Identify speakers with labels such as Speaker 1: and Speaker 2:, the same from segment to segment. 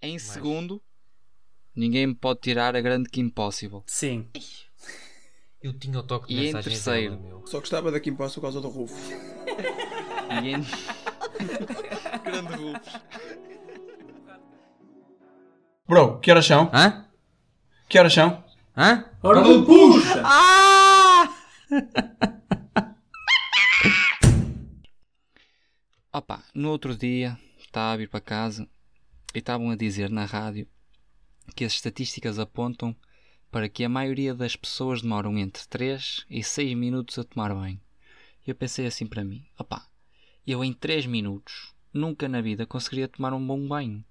Speaker 1: Em segundo, ninguém me pode tirar a grande Kim Possible.
Speaker 2: Sim.
Speaker 3: Eu tinha o toque de
Speaker 1: E em
Speaker 3: mensagem
Speaker 1: terceiro?
Speaker 3: dela, meu.
Speaker 4: Só gostava da Kim Possible por causa do Rufo.
Speaker 1: E em... grande Rufus.
Speaker 4: Bro, que horas são?
Speaker 3: Hã?
Speaker 4: Que horas são?
Speaker 3: Hã?
Speaker 2: Ora do puxa!
Speaker 1: Opa, no outro dia estava a vir para casa e estavam a dizer na rádio que as estatísticas apontam para que a maioria das pessoas demoram entre 3 e 6 minutos a tomar banho. E eu pensei assim para mim: opa, eu em 3 minutos nunca na vida conseguiria tomar um bom banho.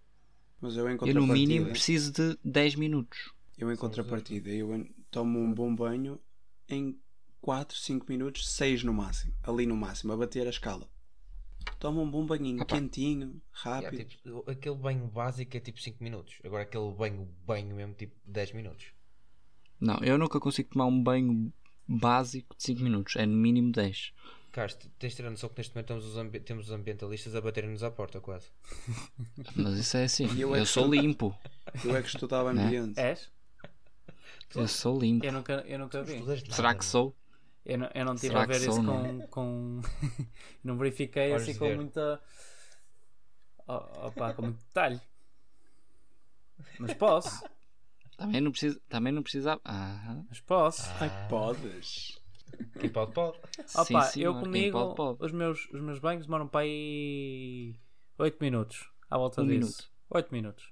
Speaker 4: Mas eu em
Speaker 1: Eu no mínimo
Speaker 4: contrapartida,
Speaker 1: preciso de 10 minutos.
Speaker 4: eu, em contrapartida, eu em- tomo um bom banho em 4, 5 minutos, 6 no máximo. Ali no máximo, a bater a escala. Tomo um bom banhinho,
Speaker 1: Opa.
Speaker 4: quentinho,
Speaker 3: Yeah,
Speaker 4: rápido.
Speaker 3: tipo, aquele banho básico é tipo 5 minutos. Agora aquele banho, banho mesmo, tipo 10 minutos.
Speaker 1: Não, eu nunca consigo tomar um banho básico de 5 minutos, é no mínimo 10.
Speaker 3: Carlos, tu tens de ter a noção que neste momento temos os, ambi- temos os ambientalistas a baterem-nos à porta quase.
Speaker 1: Mas isso é assim,
Speaker 4: E eu
Speaker 1: eu,
Speaker 4: é que
Speaker 1: sou
Speaker 4: sou-
Speaker 1: limpo.
Speaker 4: Eu é que estudava
Speaker 1: Né?
Speaker 4: ambiente.
Speaker 2: És?
Speaker 1: Eu sou limpo.
Speaker 2: Eu nunca, eu nunca vi.
Speaker 3: Estudas nada,
Speaker 1: Será
Speaker 3: meu.
Speaker 1: que sou?
Speaker 2: Eu não, eu não tive
Speaker 1: Será
Speaker 2: a ver
Speaker 1: que
Speaker 2: isso
Speaker 1: sou, né?
Speaker 2: com. com... não verifiquei
Speaker 3: Podes
Speaker 2: assim com
Speaker 3: dizer.
Speaker 2: muita. Oh, opa, com muito detalhe. Mas posso,
Speaker 1: Também não precisa. Também não precisava. Ah,
Speaker 2: mas posso.
Speaker 4: Ai, podes.
Speaker 3: Quem Tipo, pode, pode.
Speaker 2: Opa,
Speaker 1: sim,
Speaker 2: eu
Speaker 1: senhor, quem pode,
Speaker 2: comigo,
Speaker 1: pode.
Speaker 2: Os, meus, os meus banhos demoram para aí 8 minutos. À volta
Speaker 1: Um
Speaker 2: disso.
Speaker 1: minuto.
Speaker 2: 8 minutos.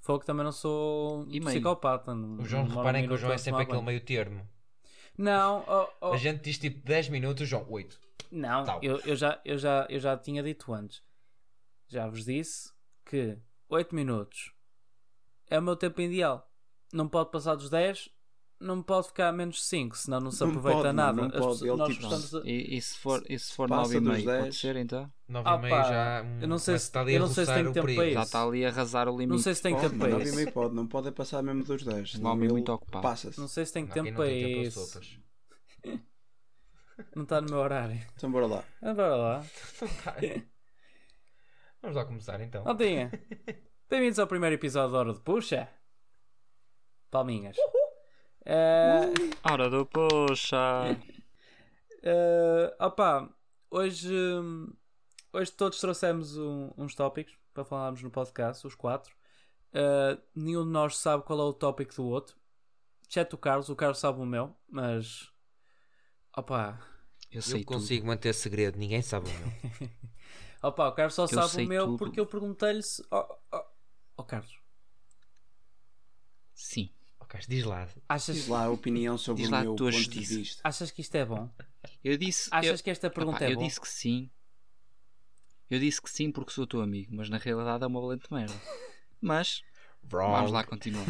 Speaker 2: Fogo também não sou um
Speaker 1: E meio.
Speaker 2: psicopata. não-
Speaker 3: O João,
Speaker 2: não demora um
Speaker 3: reparem que o
Speaker 2: minuto
Speaker 3: João é
Speaker 2: a
Speaker 3: sempre
Speaker 2: tomar
Speaker 3: aquele
Speaker 2: banho.
Speaker 3: meio termo.
Speaker 2: Não, oh, oh,
Speaker 3: A gente diz tipo 10 minutos, o João, 8.
Speaker 2: não
Speaker 3: Tal.
Speaker 2: eu, eu, já, eu, já, eu já tinha dito antes. Já vos disse que 8 minutos é o meu tempo ideal. Não pode passar dos 10, não pode ficar a menos de 5, senão não se
Speaker 4: Não
Speaker 2: aproveita
Speaker 4: pode,
Speaker 2: nada.
Speaker 4: não
Speaker 2: As
Speaker 4: pode.
Speaker 2: pessoas-
Speaker 4: Ele,
Speaker 2: nós
Speaker 4: tipo,
Speaker 2: gostamos de-
Speaker 1: e, e se for, e se for
Speaker 4: Passa
Speaker 1: 9 e
Speaker 4: dos
Speaker 1: meio, pode
Speaker 4: 10.
Speaker 1: ser então?
Speaker 3: 9
Speaker 2: Ah,
Speaker 3: e meia
Speaker 2: pá,
Speaker 3: já. hum,
Speaker 2: eu não sei
Speaker 3: começa-
Speaker 2: se-
Speaker 3: está ali
Speaker 2: eu
Speaker 3: a
Speaker 2: não sei se
Speaker 3: roçar
Speaker 2: tenho
Speaker 3: o
Speaker 2: tempo para
Speaker 3: perigo.
Speaker 1: Já
Speaker 2: Isso.
Speaker 1: está ali a arrasar o limite.
Speaker 2: Não sei se tem
Speaker 4: Pode,
Speaker 2: tempo para
Speaker 4: não,
Speaker 2: isso.
Speaker 4: meio pode, não pode é passar mesmo dos 10.
Speaker 1: Um homem muito ocupado.
Speaker 4: Passa-se.
Speaker 2: Não sei se tenho
Speaker 3: Não,
Speaker 2: tempo
Speaker 3: quem não
Speaker 2: para
Speaker 3: tem tempo às
Speaker 2: isso.
Speaker 3: sopas.
Speaker 2: Não está no meu horário.
Speaker 4: Então bora lá.
Speaker 2: Ah, bora lá.
Speaker 3: Vamos lá começar então.
Speaker 1: Ah,
Speaker 2: Maltinha, bem-vindos ao primeiro episódio da Hora de Puxa. Palminhas. Eh,
Speaker 1: Hora do poxa!
Speaker 2: eh, opá, hoje, hum, hoje todos trouxemos um- uns tópicos para falarmos no podcast, os quatro. Eh, nenhum de nós sabe qual é o tópico do outro. Exceto o Carlos, o Carlos sabe o meu, mas. Opá,
Speaker 1: Eu
Speaker 3: Eu
Speaker 1: sei tudo.
Speaker 3: consigo manter segredo, ninguém sabe o meu.
Speaker 2: Opa, o Carlos só sabe
Speaker 1: sei
Speaker 2: o meu
Speaker 1: tudo.
Speaker 2: porque eu perguntei-lhe se. Oh, oh, oh, Carlos,
Speaker 1: Sim.
Speaker 3: Ó, Oh, Carlos, diz lá.
Speaker 2: achas,
Speaker 4: Diz lá a opinião sobre
Speaker 1: Diz
Speaker 4: o
Speaker 1: lá a
Speaker 4: meu
Speaker 1: tua
Speaker 4: ponto
Speaker 1: justiça.
Speaker 4: de vista.
Speaker 2: achas que isto é bom?
Speaker 1: Eu disse.
Speaker 2: Achas
Speaker 1: eu,
Speaker 2: que esta pergunta
Speaker 1: Epá,
Speaker 2: é
Speaker 1: eu
Speaker 2: boa?
Speaker 1: disse que sim. Eu disse que sim porque sou teu amigo, mas na realidade é uma valente merda. Mas vamos lá continuar.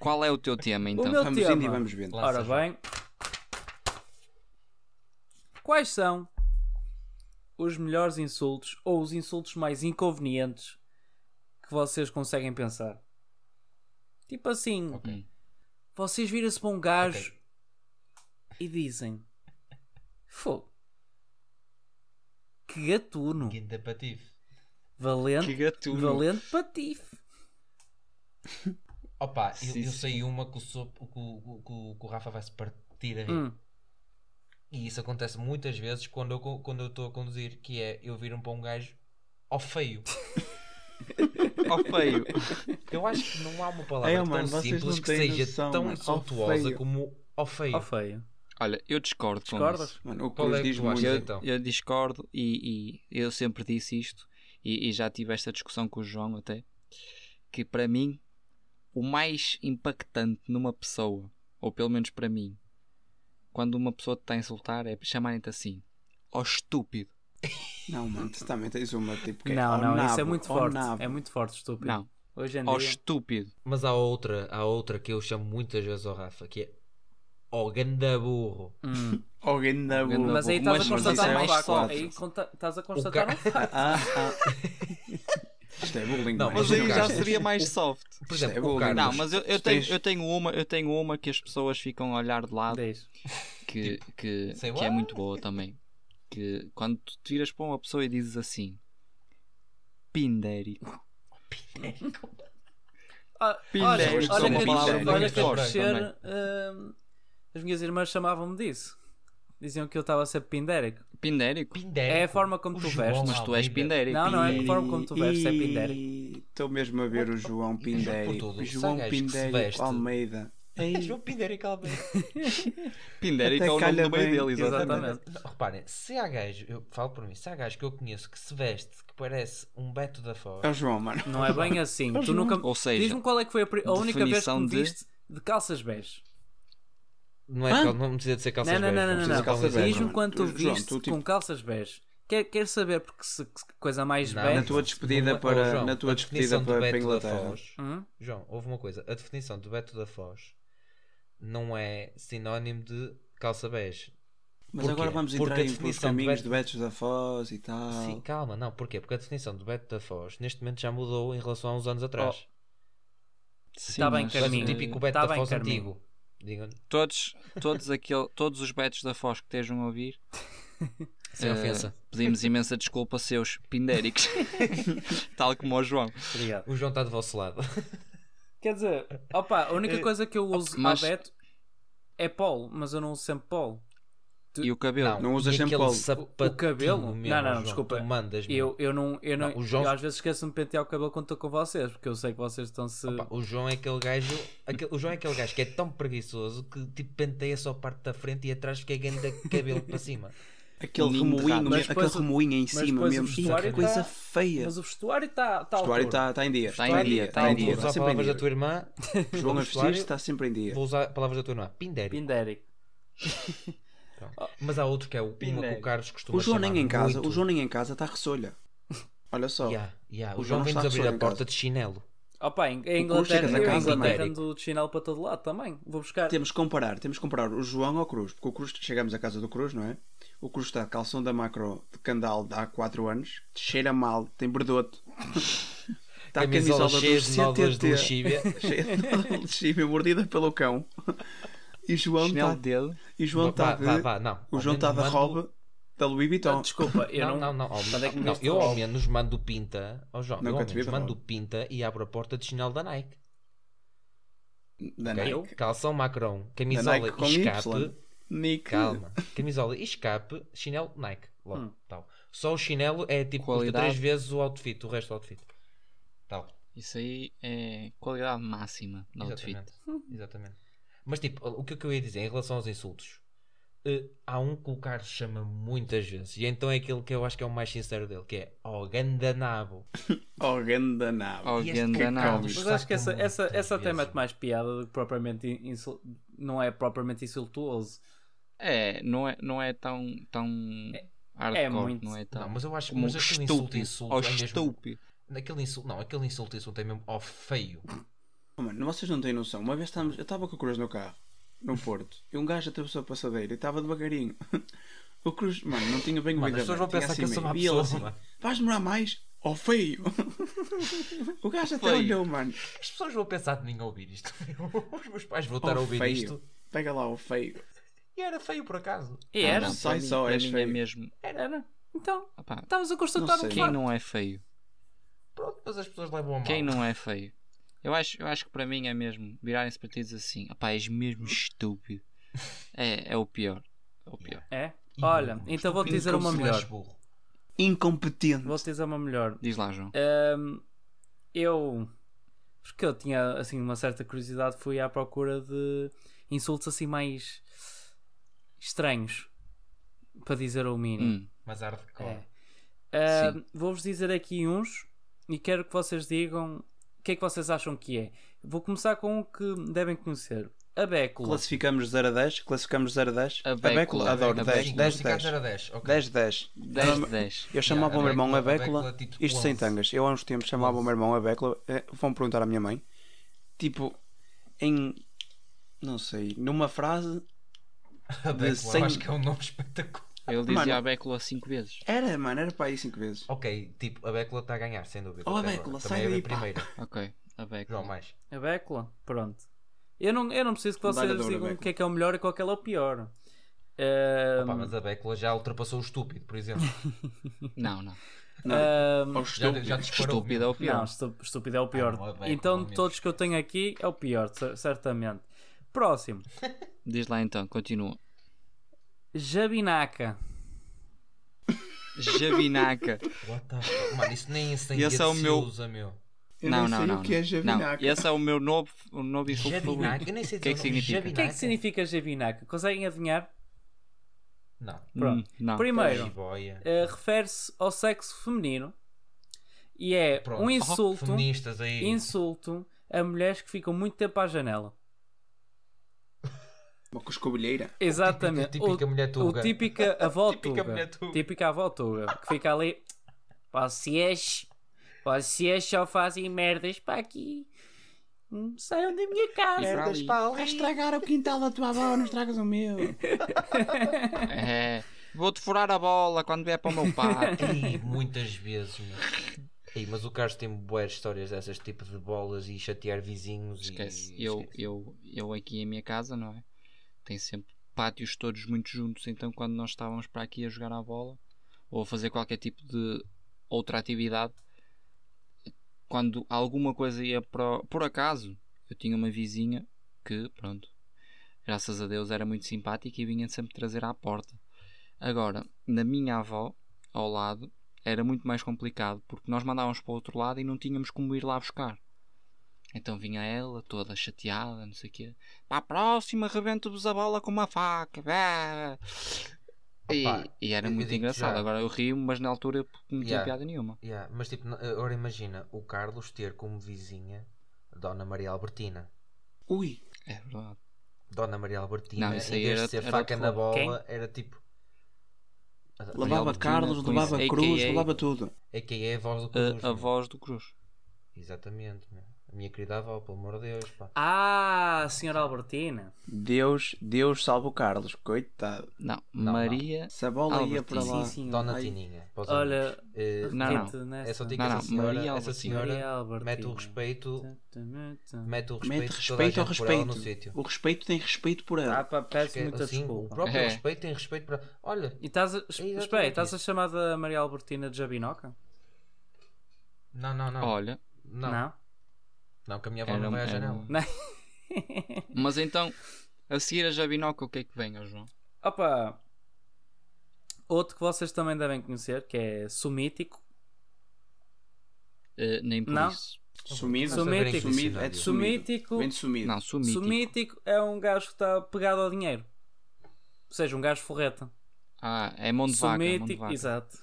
Speaker 1: Qual é o teu tema então?
Speaker 2: meu-
Speaker 4: Vamos
Speaker 2: tema.
Speaker 4: indo e vamos vendo.
Speaker 3: Lá.
Speaker 2: Ora
Speaker 3: Lança, João.
Speaker 2: bem, quais são os melhores insultos ou os insultos mais inconvenientes que vocês conseguem pensar? Tipo assim,
Speaker 3: Ok.
Speaker 2: vocês viram-se para um gajo e dizem: Fogo, que gatuno,
Speaker 3: Guinda patife.
Speaker 2: valente,
Speaker 1: Que gatuno.
Speaker 2: valente patife.
Speaker 3: Opa, eu,
Speaker 1: Sim,
Speaker 3: eu
Speaker 1: sim.
Speaker 3: sei uma que o, sop- que o- que o- que o Rafa vai se partir a rir.
Speaker 2: Hum.
Speaker 3: E isso acontece muitas vezes quando eu co- quando eu estou a conduzir, que é eu viro-me para um gajo ao feio.
Speaker 2: é
Speaker 1: Ó feio!
Speaker 3: Eu acho que não há uma palavra
Speaker 4: Ei,
Speaker 3: tão
Speaker 4: mano, vocês
Speaker 3: simples
Speaker 4: não
Speaker 3: que
Speaker 4: têm
Speaker 3: seja
Speaker 4: noção,
Speaker 3: tão
Speaker 4: mano. Ao
Speaker 3: insultuosa
Speaker 4: feio.
Speaker 3: como ao feio.
Speaker 2: Ó feio.
Speaker 1: Olha, eu discordo com isso.
Speaker 2: Discordas?
Speaker 4: Mano, o que
Speaker 3: Qual é
Speaker 4: nos
Speaker 3: que
Speaker 4: diz
Speaker 3: tu achas
Speaker 4: muito.
Speaker 3: então?
Speaker 1: Eu discordo e, e eu sempre disse isto e, e já tive esta discussão com o João até que para mim o mais impactante numa pessoa, ou pelo menos para mim, quando uma pessoa te está a insultar é chamarem-te assim, ó estúpido.
Speaker 4: Não, mano, tu também tens uma tipo que é
Speaker 2: Não,
Speaker 4: ao
Speaker 2: não, isso é
Speaker 4: nabo,
Speaker 2: muito
Speaker 4: ao
Speaker 2: forte.
Speaker 4: nabo.
Speaker 2: É muito forte, estúpido.
Speaker 1: Não,
Speaker 2: Hoje em
Speaker 1: ó
Speaker 2: dia.
Speaker 1: estúpido.
Speaker 3: Mas há outra, há outra que eu chamo muitas vezes ao Rafa, que é ao ganda burro.
Speaker 2: Hum.
Speaker 4: Ao ganda burro.
Speaker 2: Mas aí
Speaker 1: Mas- mas
Speaker 2: estás a
Speaker 1: isso
Speaker 2: constatar
Speaker 1: é
Speaker 2: um
Speaker 1: mais
Speaker 2: facto.
Speaker 1: forte.
Speaker 2: Aí conta- estás a constatar
Speaker 3: ca-
Speaker 2: um facto.
Speaker 4: Ah, ah. Isto é bullying,
Speaker 3: Não,
Speaker 4: mano.
Speaker 3: mas aí já
Speaker 1: seria mais soft.
Speaker 3: Por
Speaker 4: Isto
Speaker 3: exemplo,
Speaker 4: é
Speaker 3: o
Speaker 4: bullying.
Speaker 3: Carlos.
Speaker 1: Não, mas eu, eu
Speaker 4: Tu
Speaker 1: tenho,
Speaker 4: tens-
Speaker 1: eu, tenho uma, eu tenho uma que as pessoas ficam a olhar de lado
Speaker 2: Deixa.
Speaker 1: que, que,
Speaker 3: Sei
Speaker 1: que é
Speaker 3: lá.
Speaker 1: muito boa também. Que quando tu tiras para uma pessoa e dizes assim: Pindérico.
Speaker 2: Ah,
Speaker 4: Pindérico,
Speaker 2: olha,
Speaker 4: só
Speaker 2: olha
Speaker 4: uma
Speaker 2: que,
Speaker 4: palavra
Speaker 2: olha
Speaker 4: bem
Speaker 2: que a
Speaker 1: forte
Speaker 2: crescer,
Speaker 1: também.
Speaker 2: hum, as minhas irmãs chamavam-me disso. Diziam que eu estava a ser pindérico.
Speaker 1: Pindérico.
Speaker 3: Pindérico.
Speaker 2: É a forma como
Speaker 3: O
Speaker 2: tu
Speaker 3: João
Speaker 2: vestes.
Speaker 1: Mas tu és
Speaker 3: Almeida.
Speaker 1: pindérico.
Speaker 2: Não, não, é
Speaker 1: E-
Speaker 2: a forma como tu vestes, é pindérico.
Speaker 4: Estou mesmo a ver o João
Speaker 3: Por tudo,
Speaker 4: Pindérico. João
Speaker 3: são gajos que se
Speaker 4: Pindérico
Speaker 3: veste.
Speaker 4: Almeida. Ei,
Speaker 3: João Pindérico Almeida.
Speaker 1: Pindérico
Speaker 4: Até
Speaker 1: é o nome
Speaker 4: calha
Speaker 1: do meio
Speaker 4: bem,
Speaker 1: dele, exatamente.
Speaker 2: Exatamente.
Speaker 3: Não, Reparem, se há gajo, eu falo por mim, se há gajo que eu conheço que se veste que parece um Beto da Foz,
Speaker 4: É o João, mano.
Speaker 2: Não é bem assim. tu nunca...
Speaker 1: Ou seja,
Speaker 2: Diz-me qual é que foi a, pri- a única vez que
Speaker 1: definição
Speaker 2: me
Speaker 1: de-
Speaker 2: viste de calças bege.
Speaker 3: não, é,
Speaker 4: Hã?
Speaker 3: cal- não precisa de ser calças
Speaker 2: Não, não,
Speaker 3: beijas,
Speaker 2: não, não,
Speaker 3: precisa
Speaker 2: não.
Speaker 3: de calças beijas.
Speaker 2: Diz-me
Speaker 4: mano.
Speaker 2: quando tu
Speaker 4: João,
Speaker 2: viste
Speaker 4: tu, tipo-
Speaker 2: com calças bege. Quer, quero saber porque se que coisa mais
Speaker 3: Não,
Speaker 2: bege.
Speaker 4: Na tua despedida
Speaker 3: Uma-
Speaker 4: para-
Speaker 3: oh, João,
Speaker 4: na tua
Speaker 3: a definição
Speaker 4: despedida
Speaker 3: do
Speaker 4: para-
Speaker 3: Beto
Speaker 4: para
Speaker 3: da
Speaker 4: Inglaterra.
Speaker 3: Foz-
Speaker 2: Hum?
Speaker 3: João, houve uma coisa, a definição do Beto da Foz não é sinónimo de calça bege.
Speaker 4: Mas
Speaker 3: Porquê?
Speaker 4: agora vamos
Speaker 3: Porque
Speaker 4: entrar
Speaker 3: a
Speaker 4: em pelos
Speaker 3: definição de
Speaker 4: caminhos
Speaker 3: Beto-
Speaker 4: de Betos da Foz e tal.
Speaker 3: Sim, calma, não, porquê? Porque a definição do Beto da Foz neste momento já mudou em relação a uns anos atrás.
Speaker 1: sim,
Speaker 2: tá bem,
Speaker 1: mas,
Speaker 3: Tu és o
Speaker 2: Carminho.
Speaker 3: típico Beto
Speaker 2: Tá
Speaker 3: da
Speaker 2: bem,
Speaker 3: Foz
Speaker 2: Carminho.
Speaker 3: antigo. Digam,
Speaker 1: Todos, todos, aquele, todos os betos da Foz que estejam a ouvir,
Speaker 3: sem
Speaker 1: eh,
Speaker 3: ofensa.
Speaker 1: pedimos imensa desculpa a seus pindéricos, tal como ao João.
Speaker 2: Obrigado.
Speaker 3: O João está do vosso lado.
Speaker 2: Quer dizer, opa, a única coisa que eu uso
Speaker 1: mas-
Speaker 2: mas... aberto é polo, mas eu não uso sempre polo.
Speaker 1: E o cabelo?
Speaker 4: Não usas
Speaker 3: e
Speaker 4: sempre
Speaker 3: aquele
Speaker 4: polo.
Speaker 3: sapatinho
Speaker 2: O cabelo?
Speaker 3: mesmo,
Speaker 2: Não, não,
Speaker 3: João,
Speaker 2: desculpa.
Speaker 3: tu mandas
Speaker 2: Eu, eu não, eu não,
Speaker 3: Não, o João-
Speaker 2: eu às vezes esqueço-me de pentear o cabelo quando estou com vocês, porque eu sei que vocês estão-se.
Speaker 3: Pá, o João é aquele gajo. aquele- o João é aquele gajo que é tão preguiçoso que tipo penteia só a parte da frente e atrás fica ganho de cabelo para cima.
Speaker 4: Aquele
Speaker 1: Ninho de rabo.
Speaker 4: remoinho,
Speaker 2: Mas
Speaker 4: mesmo, aquele
Speaker 2: depois o-
Speaker 4: remoinho em
Speaker 2: mas
Speaker 4: cima
Speaker 2: depois o
Speaker 4: mesmo.
Speaker 2: vestuário
Speaker 4: Que coisa
Speaker 2: tá-
Speaker 4: feia.
Speaker 2: Mas o vestuário está tá
Speaker 4: O vestuário
Speaker 2: está.
Speaker 4: está em dia.
Speaker 1: Está
Speaker 4: Está em
Speaker 1: em
Speaker 4: dia.
Speaker 1: dia, tá
Speaker 4: Está em
Speaker 1: em
Speaker 4: dia.
Speaker 1: dia.
Speaker 3: Vou usar
Speaker 4: Está sempre em
Speaker 3: palavras da
Speaker 4: dia.
Speaker 3: tua irmã.
Speaker 4: João tá? a vestir
Speaker 3: vestuário,
Speaker 4: está sempre em dia.
Speaker 3: Vou usar palavras da tua irmã. Pindério.
Speaker 2: Pindérico.
Speaker 3: Pronto. Mas há outro que é o uma que
Speaker 2: Pindério.
Speaker 3: o Carlos costuma
Speaker 4: O João nem
Speaker 3: chamar
Speaker 4: em casa,
Speaker 3: muito.
Speaker 4: o João nem em casa está ressolha. Olha só.
Speaker 3: Yeah, yeah, O,
Speaker 4: O
Speaker 3: João
Speaker 4: João não
Speaker 3: vem-nos
Speaker 4: está
Speaker 3: abrir
Speaker 4: só
Speaker 3: a
Speaker 4: em
Speaker 3: porta
Speaker 4: casa.
Speaker 3: de chinelo.
Speaker 2: Opa, em, em
Speaker 4: O Cruz
Speaker 2: Inglaterra,
Speaker 4: chega da
Speaker 2: eu em
Speaker 4: casa,
Speaker 2: Inglaterra
Speaker 3: mano.
Speaker 2: ando de chinelo para todo lado também. Vou buscar.
Speaker 4: Temos que comparar, temos que comparar o João ao Cruz, porque o Cruz, chegamos à casa do Cruz, não é? O Cruz está de calção da macro de candal de há 4 anos, cheira mal, tem berdoto. Está Tá a
Speaker 3: Camisola
Speaker 4: camisola
Speaker 3: cheia
Speaker 4: dos
Speaker 3: de nódulas de
Speaker 4: CTT,
Speaker 3: lexívia.
Speaker 4: cheia de nódulas de lexívia, mordida pelo cão. E João
Speaker 1: Chinelo
Speaker 4: está
Speaker 1: dele.
Speaker 4: e João
Speaker 3: Vá,
Speaker 4: está de,
Speaker 3: vá, vá, não.
Speaker 4: o
Speaker 3: Ao
Speaker 4: João
Speaker 3: menos
Speaker 4: está da
Speaker 3: mando-
Speaker 4: robe da Louis Vuitton.
Speaker 2: Ah, Desculpa, eu
Speaker 3: não,
Speaker 2: não.
Speaker 3: não, não, ao
Speaker 2: Onde é que me
Speaker 3: não,
Speaker 2: viste
Speaker 3: eu
Speaker 2: a
Speaker 3: ao
Speaker 2: robe?
Speaker 3: menos mando o pinta ao João.
Speaker 4: Nunca
Speaker 3: eu ao
Speaker 4: te vi
Speaker 3: menos
Speaker 4: de
Speaker 3: mando o
Speaker 4: robe.
Speaker 3: pinta e abro a porta de chinelo da Nike.
Speaker 4: Da
Speaker 3: ok?
Speaker 4: Nike.
Speaker 3: Calção Macron, camisola
Speaker 4: Nike com
Speaker 3: e escape.
Speaker 4: Y. Nick.
Speaker 3: Calma. Camisola e escape, chinelo Nike. Logo,
Speaker 2: Hum.
Speaker 3: tal. Só o chinelo é tipo custa
Speaker 1: Qualidade.
Speaker 3: três vezes o outfit, o resto do outfit. Tal.
Speaker 1: Isso aí é qualidade máxima do outfit.
Speaker 3: Exatamente. Exatamente. Mas tipo, o que é que eu ia dizer em relação aos insultos? Eh, há um que o Carlos chama muitas vezes, e então é aquele que eu acho que é o mais sincero dele, que é o Gandanabo.
Speaker 4: Oh, ganda nave.
Speaker 1: Ao
Speaker 3: E este
Speaker 1: Gandanabo.
Speaker 3: Carlos-
Speaker 2: Mas acho que essa,
Speaker 3: Saco
Speaker 2: essa,
Speaker 3: muitas
Speaker 2: essa até
Speaker 3: vezes.
Speaker 2: mete mais piada do que propriamente insul... não é propriamente insultuoso.
Speaker 1: É, não é, não é tão, tão hardcore,
Speaker 2: muito.
Speaker 1: não é tão...
Speaker 3: Não, mas eu acho
Speaker 1: como
Speaker 3: mas aquele insulto,
Speaker 1: estúpido,
Speaker 3: insulto
Speaker 1: ao
Speaker 3: é mesmo-
Speaker 1: estúpido.
Speaker 3: Aquele insulto, não, aquele insulto, insulto é mesmo ao feio.
Speaker 4: Oh, mano, vocês não têm noção. Uma vez estávamos. Eu estava com o Cruz no carro, no
Speaker 3: Hum.
Speaker 4: Porto, e um gajo atravessou a passadeira e estava devagarinho. O Cruz, mano, não tinha bem
Speaker 3: Mano,
Speaker 4: ouvido
Speaker 3: as
Speaker 4: a
Speaker 3: pessoas
Speaker 4: ver,
Speaker 3: vão pensar
Speaker 4: tinha
Speaker 3: que eu
Speaker 4: assim
Speaker 3: sou uma
Speaker 4: meio. E ele
Speaker 3: pessoa.
Speaker 4: assim,
Speaker 3: mano.
Speaker 4: Vais demorar mais? Oh, feio! o gajo até
Speaker 1: Feio.
Speaker 4: olhou, mano.
Speaker 3: As pessoas vão pensar de mim a ouvir isto. Os meus pais vão estar
Speaker 4: Oh,
Speaker 3: a ouvir
Speaker 4: feio.
Speaker 3: isto.
Speaker 4: Pega lá o feio.
Speaker 3: E era feio por acaso.
Speaker 2: E
Speaker 1: Ah,
Speaker 2: É, era?
Speaker 1: não,
Speaker 4: Sai
Speaker 1: para mim-
Speaker 4: só,
Speaker 1: para
Speaker 4: és
Speaker 1: mim é
Speaker 4: feio.
Speaker 1: mesmo...
Speaker 2: Era. Então,
Speaker 1: opá,
Speaker 2: estávamos a constatar
Speaker 4: Não
Speaker 2: um
Speaker 4: sei.
Speaker 1: quem
Speaker 2: facto.
Speaker 1: não é feio?
Speaker 3: Pronto, mas as pessoas levam a mal.
Speaker 1: Quem não é feio? Eu acho, eu acho que para mim é mesmo virarem-se para ti e dizer assim, opá, és mesmo estúpido. É, é o pior. É o pior.
Speaker 2: É?
Speaker 3: E
Speaker 2: Olha,
Speaker 3: burro.
Speaker 2: então vou-te dizer
Speaker 3: Como
Speaker 2: uma
Speaker 3: se
Speaker 2: melhor.
Speaker 3: és burro.
Speaker 4: Incompetente.
Speaker 2: Vou-te dizer uma melhor.
Speaker 1: Diz lá, João.
Speaker 2: Ahm, eu. Porque eu tinha assim uma certa curiosidade, fui à procura de insultos assim mais estranhos para dizer o mínimo.
Speaker 1: Hum,
Speaker 3: Mas hardcore.
Speaker 2: É. Ah,
Speaker 1: Sim.
Speaker 2: Vou-vos dizer aqui uns e quero que vocês digam o que é que vocês acham que é. Vou começar com um que devem conhecer: a
Speaker 3: é
Speaker 2: bécula.
Speaker 4: Classificamos 0 a 10. Classificamos 0 a 10.
Speaker 1: A
Speaker 4: A
Speaker 1: bécula.
Speaker 4: bécula. Adoro.
Speaker 1: A
Speaker 4: 10,
Speaker 1: bécula.
Speaker 4: 10, 10.
Speaker 3: 0 a 10. ok.
Speaker 4: 10, 10.
Speaker 1: 10 de 10.
Speaker 4: Eu chamava
Speaker 3: Yeah,
Speaker 4: o meu irmão
Speaker 3: a
Speaker 4: a
Speaker 3: Bécula,
Speaker 4: Bécula,
Speaker 3: a Bécula, tipo,
Speaker 4: isto sem
Speaker 3: 11.
Speaker 4: tangas. Eu há uns tempos chamava o meu irmão a Bécula, eh, vão perguntar à minha mãe, tipo, em, não sei, numa frase,
Speaker 3: A Bécula,
Speaker 4: cem-
Speaker 3: eu acho que é um nome espetacular.
Speaker 1: Ele dizia
Speaker 4: Mano.
Speaker 1: a Bécula 5 vezes.
Speaker 4: era, mano, era para aí 5 vezes.
Speaker 3: Ok, tipo, a Bécula está a ganhar, sem dúvida.
Speaker 4: Oh, a
Speaker 3: até
Speaker 4: Bécula,
Speaker 3: agora.
Speaker 4: sai
Speaker 3: Também é
Speaker 4: daí,
Speaker 3: bem
Speaker 4: pá.
Speaker 3: primeira.
Speaker 1: Ok, a
Speaker 3: João,
Speaker 1: Bécula.
Speaker 3: mais.
Speaker 2: A bécula, pronto. Eu não, eu não preciso que vocês
Speaker 4: Dá-lhe a dor, a
Speaker 2: digam o
Speaker 4: bécula.
Speaker 2: que é que é o melhor e qual que é o pior. Ah, Hum.
Speaker 3: Opa, mas a Bécula já ultrapassou o estúpido, por exemplo.
Speaker 1: Não, não.
Speaker 2: Ahm,
Speaker 4: Ou
Speaker 3: Oh, Já,
Speaker 4: Um estúpido.
Speaker 3: já te disparou.
Speaker 1: Estúpido é o
Speaker 2: Não,
Speaker 1: pior.
Speaker 2: estu- estúpido é o pior.
Speaker 3: não é bem,
Speaker 2: então,
Speaker 3: pelo menos.
Speaker 2: todos que eu tenho aqui é o pior, cer- certamente. Próximo,
Speaker 1: Diz lá então, continua.
Speaker 2: Jabinaca.
Speaker 1: Jabinaca.
Speaker 3: What the fuck? Mano, isso nem isso nem
Speaker 1: Esse
Speaker 3: esse
Speaker 1: é o meu-
Speaker 3: usa, meu.
Speaker 4: Eu
Speaker 1: não,
Speaker 4: não,
Speaker 1: não,
Speaker 4: sei
Speaker 1: não.
Speaker 4: o que é
Speaker 1: não.
Speaker 4: Javinaca.
Speaker 1: Esse é o meu novo, o novo insulto
Speaker 3: Jabinaca,
Speaker 1: favorito.
Speaker 3: eu nem sei
Speaker 1: O que é que
Speaker 3: dizer nome.
Speaker 1: significa?
Speaker 2: O que é que
Speaker 3: Jabinaca?
Speaker 2: significa Jabinaca? Conseguem adivinhar?
Speaker 3: Não.
Speaker 1: Hum,
Speaker 2: Pronto.
Speaker 1: não.
Speaker 2: Primeiro,
Speaker 3: Jiboia.
Speaker 2: eh, refere-se ao sexo feminino e é
Speaker 3: Pronto. Oh,
Speaker 2: um insulto,
Speaker 3: Feministas aí.
Speaker 2: insulto a mulheres que ficam muito tempo à janela.
Speaker 4: Uma coscobilheira.
Speaker 2: Exatamente.
Speaker 3: típica- típica
Speaker 2: O-
Speaker 3: mulher tuga.
Speaker 2: O típica avó
Speaker 3: Típica
Speaker 2: tuga.
Speaker 3: mulher tuga.
Speaker 2: Típica avó tuga. Que fica ali. Vocês. Vocês só fazem merdas para aqui. Hum, Saiam da minha
Speaker 4: É,
Speaker 1: E
Speaker 2: casa.
Speaker 1: para é ali.
Speaker 4: Vais estragar o quintal da tua avó, não estragas o meu.
Speaker 1: É. Vou-te furar a bola quando vier para o meu pátio.
Speaker 3: Ei, muitas vezes, meu. Ei, mas o Carlos tem boas histórias dessas tipo de bolas e chatear vizinhos
Speaker 1: Esquece.
Speaker 3: e
Speaker 1: Eu, eu, eu aqui em minha casa, não é? Tem sempre pátios todos muito juntos, então quando nós estávamos para aqui a jogar à bola ou a fazer qualquer tipo de outra atividade, quando alguma coisa ia para. o- Por acaso, eu tinha uma vizinha que, pronto, graças a Deus era muito simpática e vinha sempre trazer à porta. Agora, na minha avó, ao lado, era muito mais complicado porque nós mandávamos para o outro lado e não tínhamos como ir lá buscar. Então vinha ela, toda chateada, não sei o quê. Para a próxima, rebento-vos a bola com uma faca. Bah! E,
Speaker 3: Opa,
Speaker 1: e era
Speaker 3: eu
Speaker 1: muito
Speaker 3: digo-te
Speaker 1: engraçado.
Speaker 3: já.
Speaker 1: Agora eu rio-me, mas na altura porque não tinha
Speaker 3: Yeah.
Speaker 1: piada nenhuma.
Speaker 3: Yeah, mas tipo, na- agora imagina o Carlos ter como vizinha Dona Maria Albertina.
Speaker 4: Ui,
Speaker 1: É verdade.
Speaker 3: Dona Maria Albertina,
Speaker 1: Não,
Speaker 3: em
Speaker 1: isso aí
Speaker 3: vez
Speaker 1: era-
Speaker 3: de ser
Speaker 1: era
Speaker 3: faca
Speaker 1: outro
Speaker 3: na
Speaker 1: lado.
Speaker 3: bola,
Speaker 2: Quem?
Speaker 3: era tipo. a- a Maria
Speaker 4: lavava
Speaker 3: Albertina
Speaker 4: Carlos,
Speaker 3: com
Speaker 4: lavava
Speaker 3: isso.
Speaker 1: isso,
Speaker 4: Cruz,
Speaker 1: AKA.
Speaker 4: lavava tudo.
Speaker 3: É que aí é a voz do Cruz.
Speaker 1: A, a
Speaker 3: meu.
Speaker 1: voz do Cruz.
Speaker 3: Exatamente, meu. a minha querida avó, pelo amor de Deus, pá.
Speaker 2: Ah, senhora Albertina.
Speaker 4: Deus, Deus salva o Carlos, coitado.
Speaker 1: Não,
Speaker 3: Não,
Speaker 1: Maria.
Speaker 4: Se a bola ia
Speaker 1: Albertino.
Speaker 4: para lá.
Speaker 2: Sim, sim.
Speaker 3: Dona
Speaker 4: Ai.
Speaker 3: Tininha. para os
Speaker 2: Olha,
Speaker 3: amigos. Eh,
Speaker 1: não, não.
Speaker 2: repete Tipo, nessa.
Speaker 3: É só digo
Speaker 1: Não,
Speaker 3: que
Speaker 1: não,
Speaker 3: essa senhora,
Speaker 1: Maria
Speaker 3: essa
Speaker 1: Albertina.
Speaker 3: senhora
Speaker 2: Maria Albertina.
Speaker 3: mete o respeito, mete o respeito, de
Speaker 4: Mete
Speaker 3: toda a
Speaker 4: respeito ao
Speaker 3: gente por ela
Speaker 4: respeito.
Speaker 3: no sítio.
Speaker 4: O respeito tem respeito por
Speaker 2: Ah,
Speaker 4: ela.
Speaker 2: pá, peço
Speaker 3: Esque-
Speaker 2: muita
Speaker 3: assim, o
Speaker 2: desculpa.
Speaker 3: próprio
Speaker 1: É.
Speaker 3: respeito tem respeito para. Olha,
Speaker 2: E estás a,
Speaker 3: É exatamente
Speaker 2: espera, aí, estás a
Speaker 3: isso.
Speaker 2: chamar da Maria Albertina de Jabinoca?
Speaker 3: não, não, não.
Speaker 1: Olha,
Speaker 3: não, não, que a minha avó
Speaker 1: Era
Speaker 3: não vai à
Speaker 1: um- era
Speaker 3: janela.
Speaker 1: um- mas então, a seguir a Jabinoca, o que é que vem, ó João?
Speaker 2: Opa! Outro que vocês também devem conhecer, que é Sumítico.
Speaker 1: Eh, nem por
Speaker 2: Não.
Speaker 1: isso.
Speaker 4: É um Sumido,
Speaker 2: Sumido.
Speaker 4: sumido, é de sumido.
Speaker 2: Sumítico,
Speaker 4: Vem de sumido.
Speaker 1: Não, sumítico.
Speaker 2: sumítico é um gajo que está pegado ao dinheiro. Ou seja, um gajo forreta.
Speaker 1: Ah, é mão de vaca. Mão de
Speaker 2: Sumítico,
Speaker 1: vaca.
Speaker 2: exato.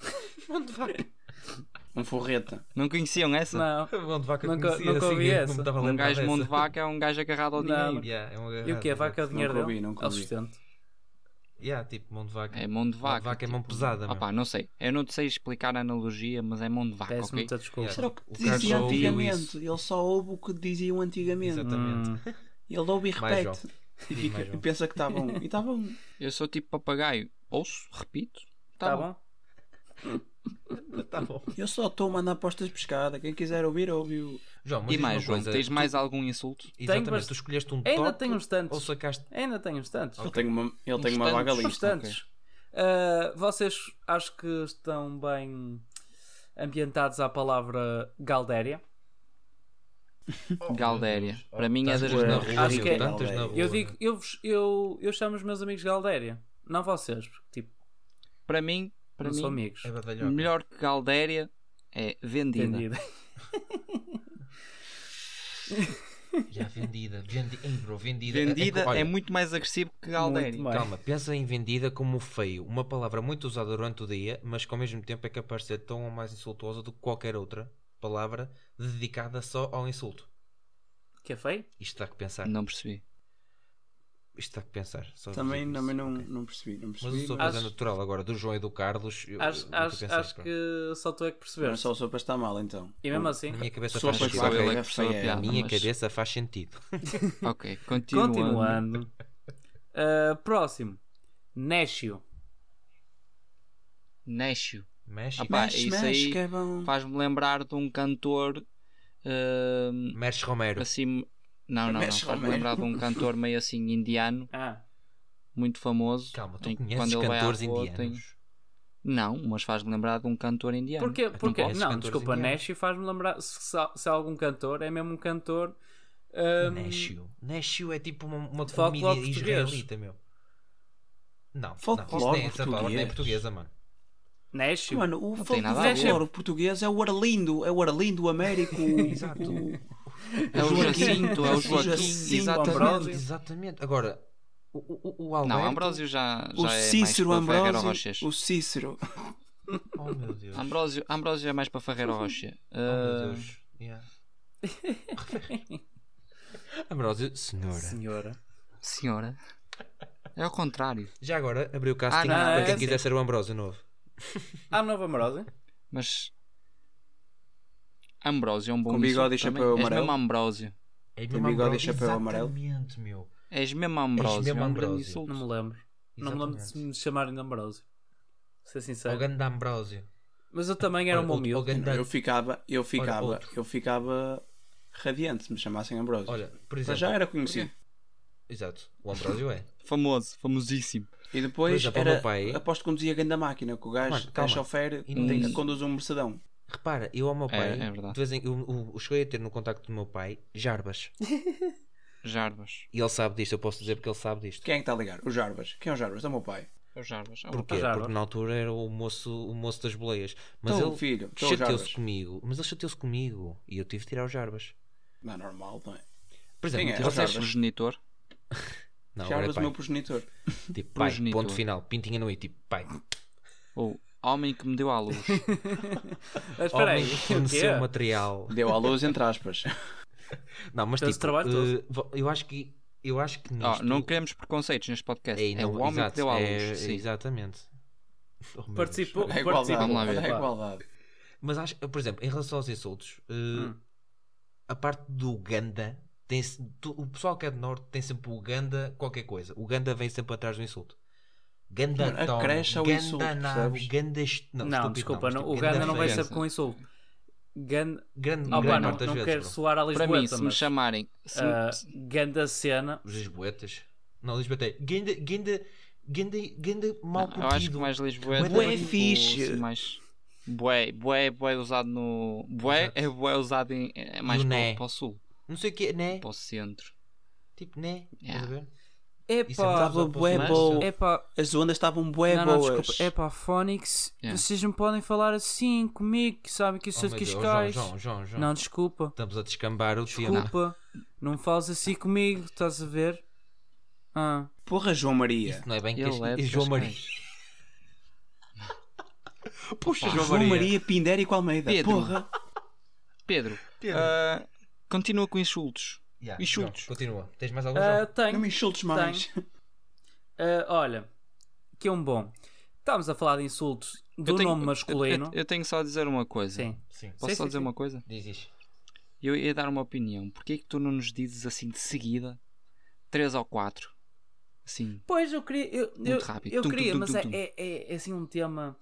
Speaker 4: Um forreta.
Speaker 3: Não
Speaker 1: Conheciam essa?
Speaker 2: Não,
Speaker 3: Mão de vaca
Speaker 2: Nunca-
Speaker 3: conhecia,
Speaker 2: nunca
Speaker 3: assim,
Speaker 2: ouvi
Speaker 3: eu
Speaker 2: essa.
Speaker 3: Não estava a
Speaker 1: Um
Speaker 3: lembrar
Speaker 1: gajo mão de
Speaker 3: dessa.
Speaker 1: vaca é um gajo agarrado ao
Speaker 2: Não.
Speaker 1: dinheiro.
Speaker 3: Yeah, é um
Speaker 2: e o que é? Vaca é o dinheiro
Speaker 4: Nunca ouvi,
Speaker 2: dele? É
Speaker 4: nunca
Speaker 2: o
Speaker 4: ouvi.
Speaker 2: sustento.
Speaker 3: Yeah, tipo, mão de vaca.
Speaker 1: É mão de vaca.
Speaker 3: Mão de vaca é mão pesada,
Speaker 1: Ah,
Speaker 3: meu.
Speaker 1: pá, não sei. Eu não te sei explicar a analogia, mas é mão de vaca,
Speaker 2: Peço
Speaker 1: ok?
Speaker 2: muita desculpa.
Speaker 3: Yeah.
Speaker 4: Era o que
Speaker 3: O Carlos
Speaker 4: dizia
Speaker 3: só ouviu
Speaker 4: antigamente.
Speaker 3: isso.
Speaker 4: Ele só ouve o que diziam
Speaker 2: É
Speaker 4: antigamente.
Speaker 3: Exatamente.
Speaker 2: Hum,
Speaker 4: Ele ouve e
Speaker 3: Mais
Speaker 4: repete. E,
Speaker 3: Diz
Speaker 4: fica-
Speaker 3: mais, João.
Speaker 4: e pensa que está bom. E está bom.
Speaker 1: Eu sou tipo papagaio. Ouço, repito. Tá,
Speaker 2: Tá,
Speaker 1: bom.
Speaker 2: bom?
Speaker 3: Tá bom.
Speaker 4: Eu só estou a mandar apostas de pescada. Quem quiser ouvir, ouviu.
Speaker 3: João, mas
Speaker 1: E
Speaker 3: diz uma
Speaker 1: mais, João,
Speaker 3: coisa,
Speaker 1: tens
Speaker 3: tu-
Speaker 1: mais algum insulto?
Speaker 3: Exatamente,
Speaker 2: bast-
Speaker 3: tu escolheste um
Speaker 2: Ainda
Speaker 3: top
Speaker 2: tenho uns tantos.
Speaker 3: ou sacaste
Speaker 2: Ainda tenho uns tantos.
Speaker 4: Ele tem uma, ele tem uma
Speaker 1: Instantes.
Speaker 4: vaga lista.
Speaker 2: Uns tantos. Ah, vocês acho que estão bem ambientados à palavra Galdéria.
Speaker 1: Galdéria.
Speaker 3: Oh, meu Deus.
Speaker 1: Para mim é
Speaker 3: Tantas
Speaker 1: das-
Speaker 3: na rua,
Speaker 4: Acho
Speaker 2: que
Speaker 3: meu,
Speaker 2: é.
Speaker 3: tipo, tantas na rua.
Speaker 2: Eu digo, eu, vos- eu, eu chamo os meus amigos Galdéria, não vocês, porque tipo,
Speaker 1: Para mim, para
Speaker 2: não são
Speaker 1: mim
Speaker 2: amigos.
Speaker 3: É badalhoca.
Speaker 1: melhor que Galdéria é vendida.
Speaker 2: Entendido.
Speaker 3: Já, vendida. Vendi... Ei, bro, vendida.
Speaker 1: Vendida é,
Speaker 3: co- olha,
Speaker 1: muito mais agressivo que Galdéria.
Speaker 2: Muito mais.
Speaker 3: Calma, pensa em vendida como feio. Uma palavra muito usada durante o dia, mas que ao mesmo tempo é capaz de ser tão ou mais insultuosa do que qualquer outra palavra dedicada só ao insulto.
Speaker 2: Que é feio?
Speaker 3: Isto dá que pensar.
Speaker 1: Não percebi.
Speaker 3: Isto dá que pensar. Só
Speaker 4: Também,
Speaker 3: digo
Speaker 4: também
Speaker 2: é
Speaker 3: isso,
Speaker 4: não,
Speaker 3: ok.
Speaker 4: não percebi. Não
Speaker 3: Mas o
Speaker 4: percebi.
Speaker 3: sou
Speaker 4: Mas
Speaker 3: coisa natural agora do João e do Carlos. Eu, eu
Speaker 2: Acho,
Speaker 3: nunca
Speaker 2: acho,
Speaker 3: pensei,
Speaker 2: acho
Speaker 3: pronto.
Speaker 2: que só tu é que
Speaker 4: Mas
Speaker 2: percebes.
Speaker 4: só a sopa está mal então.
Speaker 2: E mesmo assim,
Speaker 3: Na minha cabeça
Speaker 4: Só
Speaker 3: faz
Speaker 4: foi
Speaker 1: Acho que
Speaker 3: sentido.
Speaker 1: só
Speaker 4: vaca,
Speaker 1: ele é
Speaker 4: é
Speaker 1: que percebeu a
Speaker 4: feia, é.
Speaker 1: piada.
Speaker 3: Na minha
Speaker 1: mas-
Speaker 3: cabeça faz sentido.
Speaker 1: Ok, continuando.
Speaker 2: continuando. Ah, próximo. Néscio.
Speaker 1: Néscio.
Speaker 3: Mexe,
Speaker 1: Ah, pá,
Speaker 4: mexe,
Speaker 1: isso
Speaker 4: mexe,
Speaker 1: aí
Speaker 4: que é bom.
Speaker 1: Faz-me lembrar de um cantor. hum,
Speaker 3: mexe Romero.
Speaker 1: assim. Não, não, não.
Speaker 4: Mexe
Speaker 1: Faz-me
Speaker 4: Romero.
Speaker 1: lembrar de um cantor meio assim indiano,
Speaker 2: Ah,
Speaker 1: muito famoso.
Speaker 3: Calma, tu
Speaker 1: em que
Speaker 3: conheces
Speaker 1: vai à
Speaker 3: cantores
Speaker 1: rua,
Speaker 3: indianos.
Speaker 1: tem- Não, mas faz-me lembrar de um cantor indiano.
Speaker 2: Porquê? Porquê?
Speaker 3: posso,
Speaker 2: Não,
Speaker 3: cantores
Speaker 2: desculpa,
Speaker 3: indianos.
Speaker 2: Neshi faz-me lembrar. Se, se- se há algum cantor, é mesmo um cantor. ah,
Speaker 3: Nashio. Nashio é tipo uma, uma
Speaker 2: Folclore
Speaker 3: família
Speaker 2: português.
Speaker 3: israelita, meu. Não, não, isso
Speaker 4: Folclore
Speaker 3: nem é essa palavra, nem é
Speaker 4: português.
Speaker 3: portuguesa, mano.
Speaker 2: Neshi?
Speaker 4: Mano, o
Speaker 1: tem nada a ver.
Speaker 4: folclore português é o Arlindo, é o Arlindo, o Américo, o-
Speaker 3: Exato.
Speaker 4: o-
Speaker 1: É o Jacinto, é o Joaquim.
Speaker 4: Jacinto,
Speaker 1: Exatamente.
Speaker 2: Ambrósio.
Speaker 3: Exatamente. Agora, o, o, o Alberto...
Speaker 1: Não, é um Ambrósio já, já
Speaker 4: o
Speaker 1: é
Speaker 4: Cícero
Speaker 1: mais para Ferreira
Speaker 4: Ambrósio,
Speaker 1: Rochas.
Speaker 4: o Cícero.
Speaker 3: Oh, meu Deus.
Speaker 1: Ambrósio, Ambrósio é mais para Ferreira Rocha.
Speaker 3: Oh, meu
Speaker 1: Ah,
Speaker 3: Deus. Yeah. Ambrósio, senhora.
Speaker 2: Senhora.
Speaker 1: senhora. É ao contrário.
Speaker 3: Já agora abriu o
Speaker 1: Ah,
Speaker 3: casting
Speaker 1: não,
Speaker 3: para
Speaker 2: é
Speaker 3: quem
Speaker 2: assim.
Speaker 3: quiser ser o Ambrósio novo.
Speaker 2: Há um novo Amorosa?
Speaker 1: Mas. Ambrósio é um bom
Speaker 4: Com bigode e
Speaker 1: insulto também.
Speaker 4: chapéu
Speaker 1: És
Speaker 4: amarelo.
Speaker 1: mesmo Ambrósio.
Speaker 3: É
Speaker 4: Tem bigode e chapéu amarelo.
Speaker 3: Exatamente, meu.
Speaker 1: És mesmo Ambrósio.
Speaker 3: mesmo
Speaker 1: é um grande
Speaker 3: Ambrósio.
Speaker 1: insulto.
Speaker 2: Não me lembro. Não me lembro de se
Speaker 3: Exatamente.
Speaker 2: me chamarem de Amorosa. Ser sincero.
Speaker 3: O grande Ambrósio.
Speaker 2: Mas eu também era um
Speaker 3: Olha,
Speaker 2: bom
Speaker 3: o- o
Speaker 2: miúdo.
Speaker 3: grande-
Speaker 4: é? Eu ficava, eu ficava,
Speaker 3: outro.
Speaker 4: eu ficava radiante se me chamassem Ambrósio.
Speaker 3: Olha, por
Speaker 4: Para
Speaker 3: exemplo...
Speaker 4: já era conhecido.
Speaker 3: Exato. O Ambrósio é.
Speaker 1: Famoso, famosíssimo.
Speaker 4: E depois
Speaker 3: Por exemplo, o
Speaker 4: era,
Speaker 3: meu pai-
Speaker 4: aposto que conduzia a grande máquina, que o gajo,
Speaker 3: Mano,
Speaker 4: gajo
Speaker 3: calma.
Speaker 4: chofer,
Speaker 3: E não tem-
Speaker 4: que conduz um mercedão.
Speaker 3: Repara, eu ao meu pai...
Speaker 1: é verdade.
Speaker 3: de vez em- eu, eu- eu cheguei a ter no contacto do meu pai, Jarbas.
Speaker 1: Jarbas.
Speaker 3: E ele sabe disto, eu posso dizer porque ele sabe disto.
Speaker 4: Quem é que está a ligar? O Jarbas. Quem é o Jarbas? É o meu pai.
Speaker 1: É o Jarbas. É o
Speaker 3: Porquê?
Speaker 2: Ah, já,
Speaker 3: Porque
Speaker 2: não.
Speaker 3: na altura era o moço, o moço das boleias. Mas
Speaker 4: Então,
Speaker 3: ele
Speaker 4: filho, então o
Speaker 3: chateou-se
Speaker 4: Jarbas.
Speaker 3: comigo. Mas ele chateou-se comigo. E eu tive de tirar o Jarbas.
Speaker 4: Não é normal, não é?
Speaker 3: Por
Speaker 4: Quem
Speaker 3: exemplo,
Speaker 4: é?
Speaker 3: tive-
Speaker 4: o
Speaker 1: Jarbas.
Speaker 4: Jarbas.
Speaker 1: progenitor.
Speaker 3: não, era
Speaker 4: Jarbas, o
Speaker 3: pai.
Speaker 4: meu progenitor.
Speaker 3: Tipo, pai,
Speaker 1: progenitor.
Speaker 3: ponto final, pintinha no i, tipo, pai.
Speaker 1: Ou homem que me deu à luz.
Speaker 2: Mas Ah, espera aí,
Speaker 3: Homem que
Speaker 2: o quê?
Speaker 3: forneceu material.
Speaker 4: Deu à luz, entre aspas.
Speaker 3: Não, mas
Speaker 2: Fez o
Speaker 3: tipo,
Speaker 2: trabalho
Speaker 3: eh,
Speaker 2: todo.
Speaker 3: vo- eu acho que eu acho que
Speaker 1: Ó,
Speaker 3: nisto,
Speaker 1: não queremos preconceitos neste podcast.
Speaker 3: Ei,
Speaker 1: É,
Speaker 3: não,
Speaker 1: o homem
Speaker 3: exato,
Speaker 1: que deu à luz.
Speaker 3: é-
Speaker 1: sim.
Speaker 3: Exatamente. Oh, meu Deus.
Speaker 2: Participou.
Speaker 4: É a igualdade.
Speaker 2: participou,
Speaker 1: Vamos lá ver.
Speaker 4: É a
Speaker 2: pá.
Speaker 4: igualdade.
Speaker 3: Mas acho, por exemplo, em relação aos insultos, eh,
Speaker 2: Hum.
Speaker 3: a parte do Ganda tem se- tu- o pessoal que é do norte tem sempre o Ganda qualquer coisa. O Ganda vem sempre atrás do insulto. Ganda
Speaker 4: Mano,
Speaker 3: tom,
Speaker 4: acresce ao
Speaker 3: Ganda
Speaker 4: insulto,
Speaker 3: nabo,
Speaker 4: percebes?
Speaker 3: Ganda est...
Speaker 2: Não,
Speaker 3: estúpido
Speaker 2: desculpa,
Speaker 3: mas
Speaker 2: não,
Speaker 3: tipo,
Speaker 2: o Ganda não vai
Speaker 1: feio.
Speaker 2: ser com insulto. Ganda.
Speaker 3: Grande,
Speaker 2: Ah, pá,
Speaker 3: Um grande
Speaker 2: não,
Speaker 3: parte das
Speaker 2: não
Speaker 3: vezes,
Speaker 2: quero
Speaker 3: bro.
Speaker 2: soar a
Speaker 1: Para
Speaker 2: Lisboeta,
Speaker 1: mim, se me
Speaker 2: mas,
Speaker 1: chamarem. se me-
Speaker 2: ah, Ganda cena.
Speaker 3: Os lisboetas. Não, lisboeta é Ganda, Ganda, Ganda, Ganda mal
Speaker 1: Não, eu acho que
Speaker 3: curtido.
Speaker 1: mais Lisboeta.
Speaker 3: Bué é
Speaker 1: tipo,
Speaker 4: fixe.
Speaker 1: assim, mais... Bué, bué, bué usado no. Bué
Speaker 3: Exato.
Speaker 1: é bué usado em, é mais
Speaker 3: E o
Speaker 1: para,
Speaker 3: né?
Speaker 1: para o sul,
Speaker 3: Não sei o que é, né?
Speaker 1: para o centro.
Speaker 3: Tipo, né?
Speaker 1: Yeah.
Speaker 3: Estás a ver? Isso é
Speaker 2: Epá,
Speaker 3: verdade.
Speaker 4: Estava bué
Speaker 1: Mas-
Speaker 4: boa.
Speaker 2: epá.
Speaker 4: As ondas estavam bué
Speaker 2: Não, não,
Speaker 4: É boas.
Speaker 2: desculpa. Epá, Phonics,
Speaker 1: Yeah.
Speaker 2: vocês não podem falar assim comigo, que sabem que eu
Speaker 3: Oh,
Speaker 2: sou
Speaker 3: meu
Speaker 2: de
Speaker 3: Deus,
Speaker 2: Cascais.
Speaker 3: João, João, João, João.
Speaker 2: Não, desculpa.
Speaker 3: Estamos a descambar o tema.
Speaker 2: Desculpa. Não, fales assim comigo, estás a ver? Ah.
Speaker 4: Porra, João Maria.
Speaker 3: Isso não é bem que
Speaker 1: Ele é de
Speaker 3: é João Maria. Puxa,
Speaker 4: João, Maria. Pindérico Almeida.
Speaker 1: Pedro.
Speaker 4: Porra.
Speaker 1: Pedro,
Speaker 3: Pedro.
Speaker 1: ah, continua com insultos.
Speaker 3: Yeah,
Speaker 1: Insultos.
Speaker 3: João, Continua. Tens mais algum,
Speaker 2: Ah,
Speaker 1: Eh,
Speaker 3: João?
Speaker 4: Não
Speaker 2: tenho.
Speaker 4: me insultes mais.
Speaker 2: Ah, olha, que é um bom. Estamos a falar de insultos do
Speaker 1: Eu tenho-
Speaker 2: nome masculino.
Speaker 1: Eu, eu- eu tenho só a dizer uma coisa.
Speaker 2: Sim.
Speaker 3: Sim.
Speaker 1: Posso
Speaker 2: Sim,
Speaker 1: só
Speaker 2: sim,
Speaker 1: dizer
Speaker 2: sim.
Speaker 1: uma coisa?
Speaker 3: Diz isto.
Speaker 1: Eu ia dar uma opinião. Porquê é que tu não nos dizes assim de seguida? Três ou quatro? Assim.
Speaker 2: Pois eu queria. Eu, eu,
Speaker 1: rápido.
Speaker 2: eu
Speaker 1: Tum, tum,
Speaker 2: queria,
Speaker 1: tum,
Speaker 2: mas
Speaker 1: tum,
Speaker 2: é,
Speaker 1: tum.
Speaker 2: é, é, é assim um tema.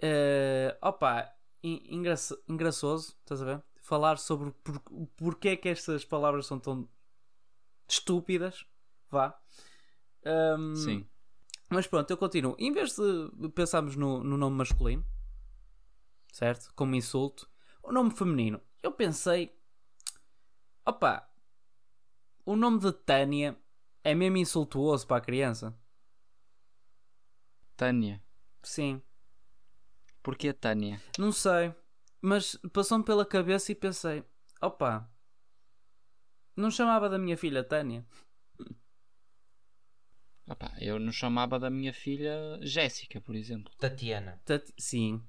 Speaker 2: eh, opa, en- engraça- engraçoso, estás a ver? Falar sobre por, o porquê é que estas palavras são tão estúpidas. Vá. Ahm,
Speaker 1: Sim.
Speaker 2: Mas pronto, eu continuo. Em vez de pensarmos no, no nome masculino, certo? Como insulto, o nome feminino. Eu pensei, opa, o nome de Tânia é mesmo insultuoso para a criança.
Speaker 1: Tânia.
Speaker 2: Sim,
Speaker 1: Porquê Tânia?
Speaker 2: não sei, mas passou-me pela cabeça e pensei, opa, não chamava da minha filha Tânia.
Speaker 1: Opá, eu não chamava da minha filha Jéssica, por exemplo.
Speaker 3: Tatiana.
Speaker 2: Tati- Sim,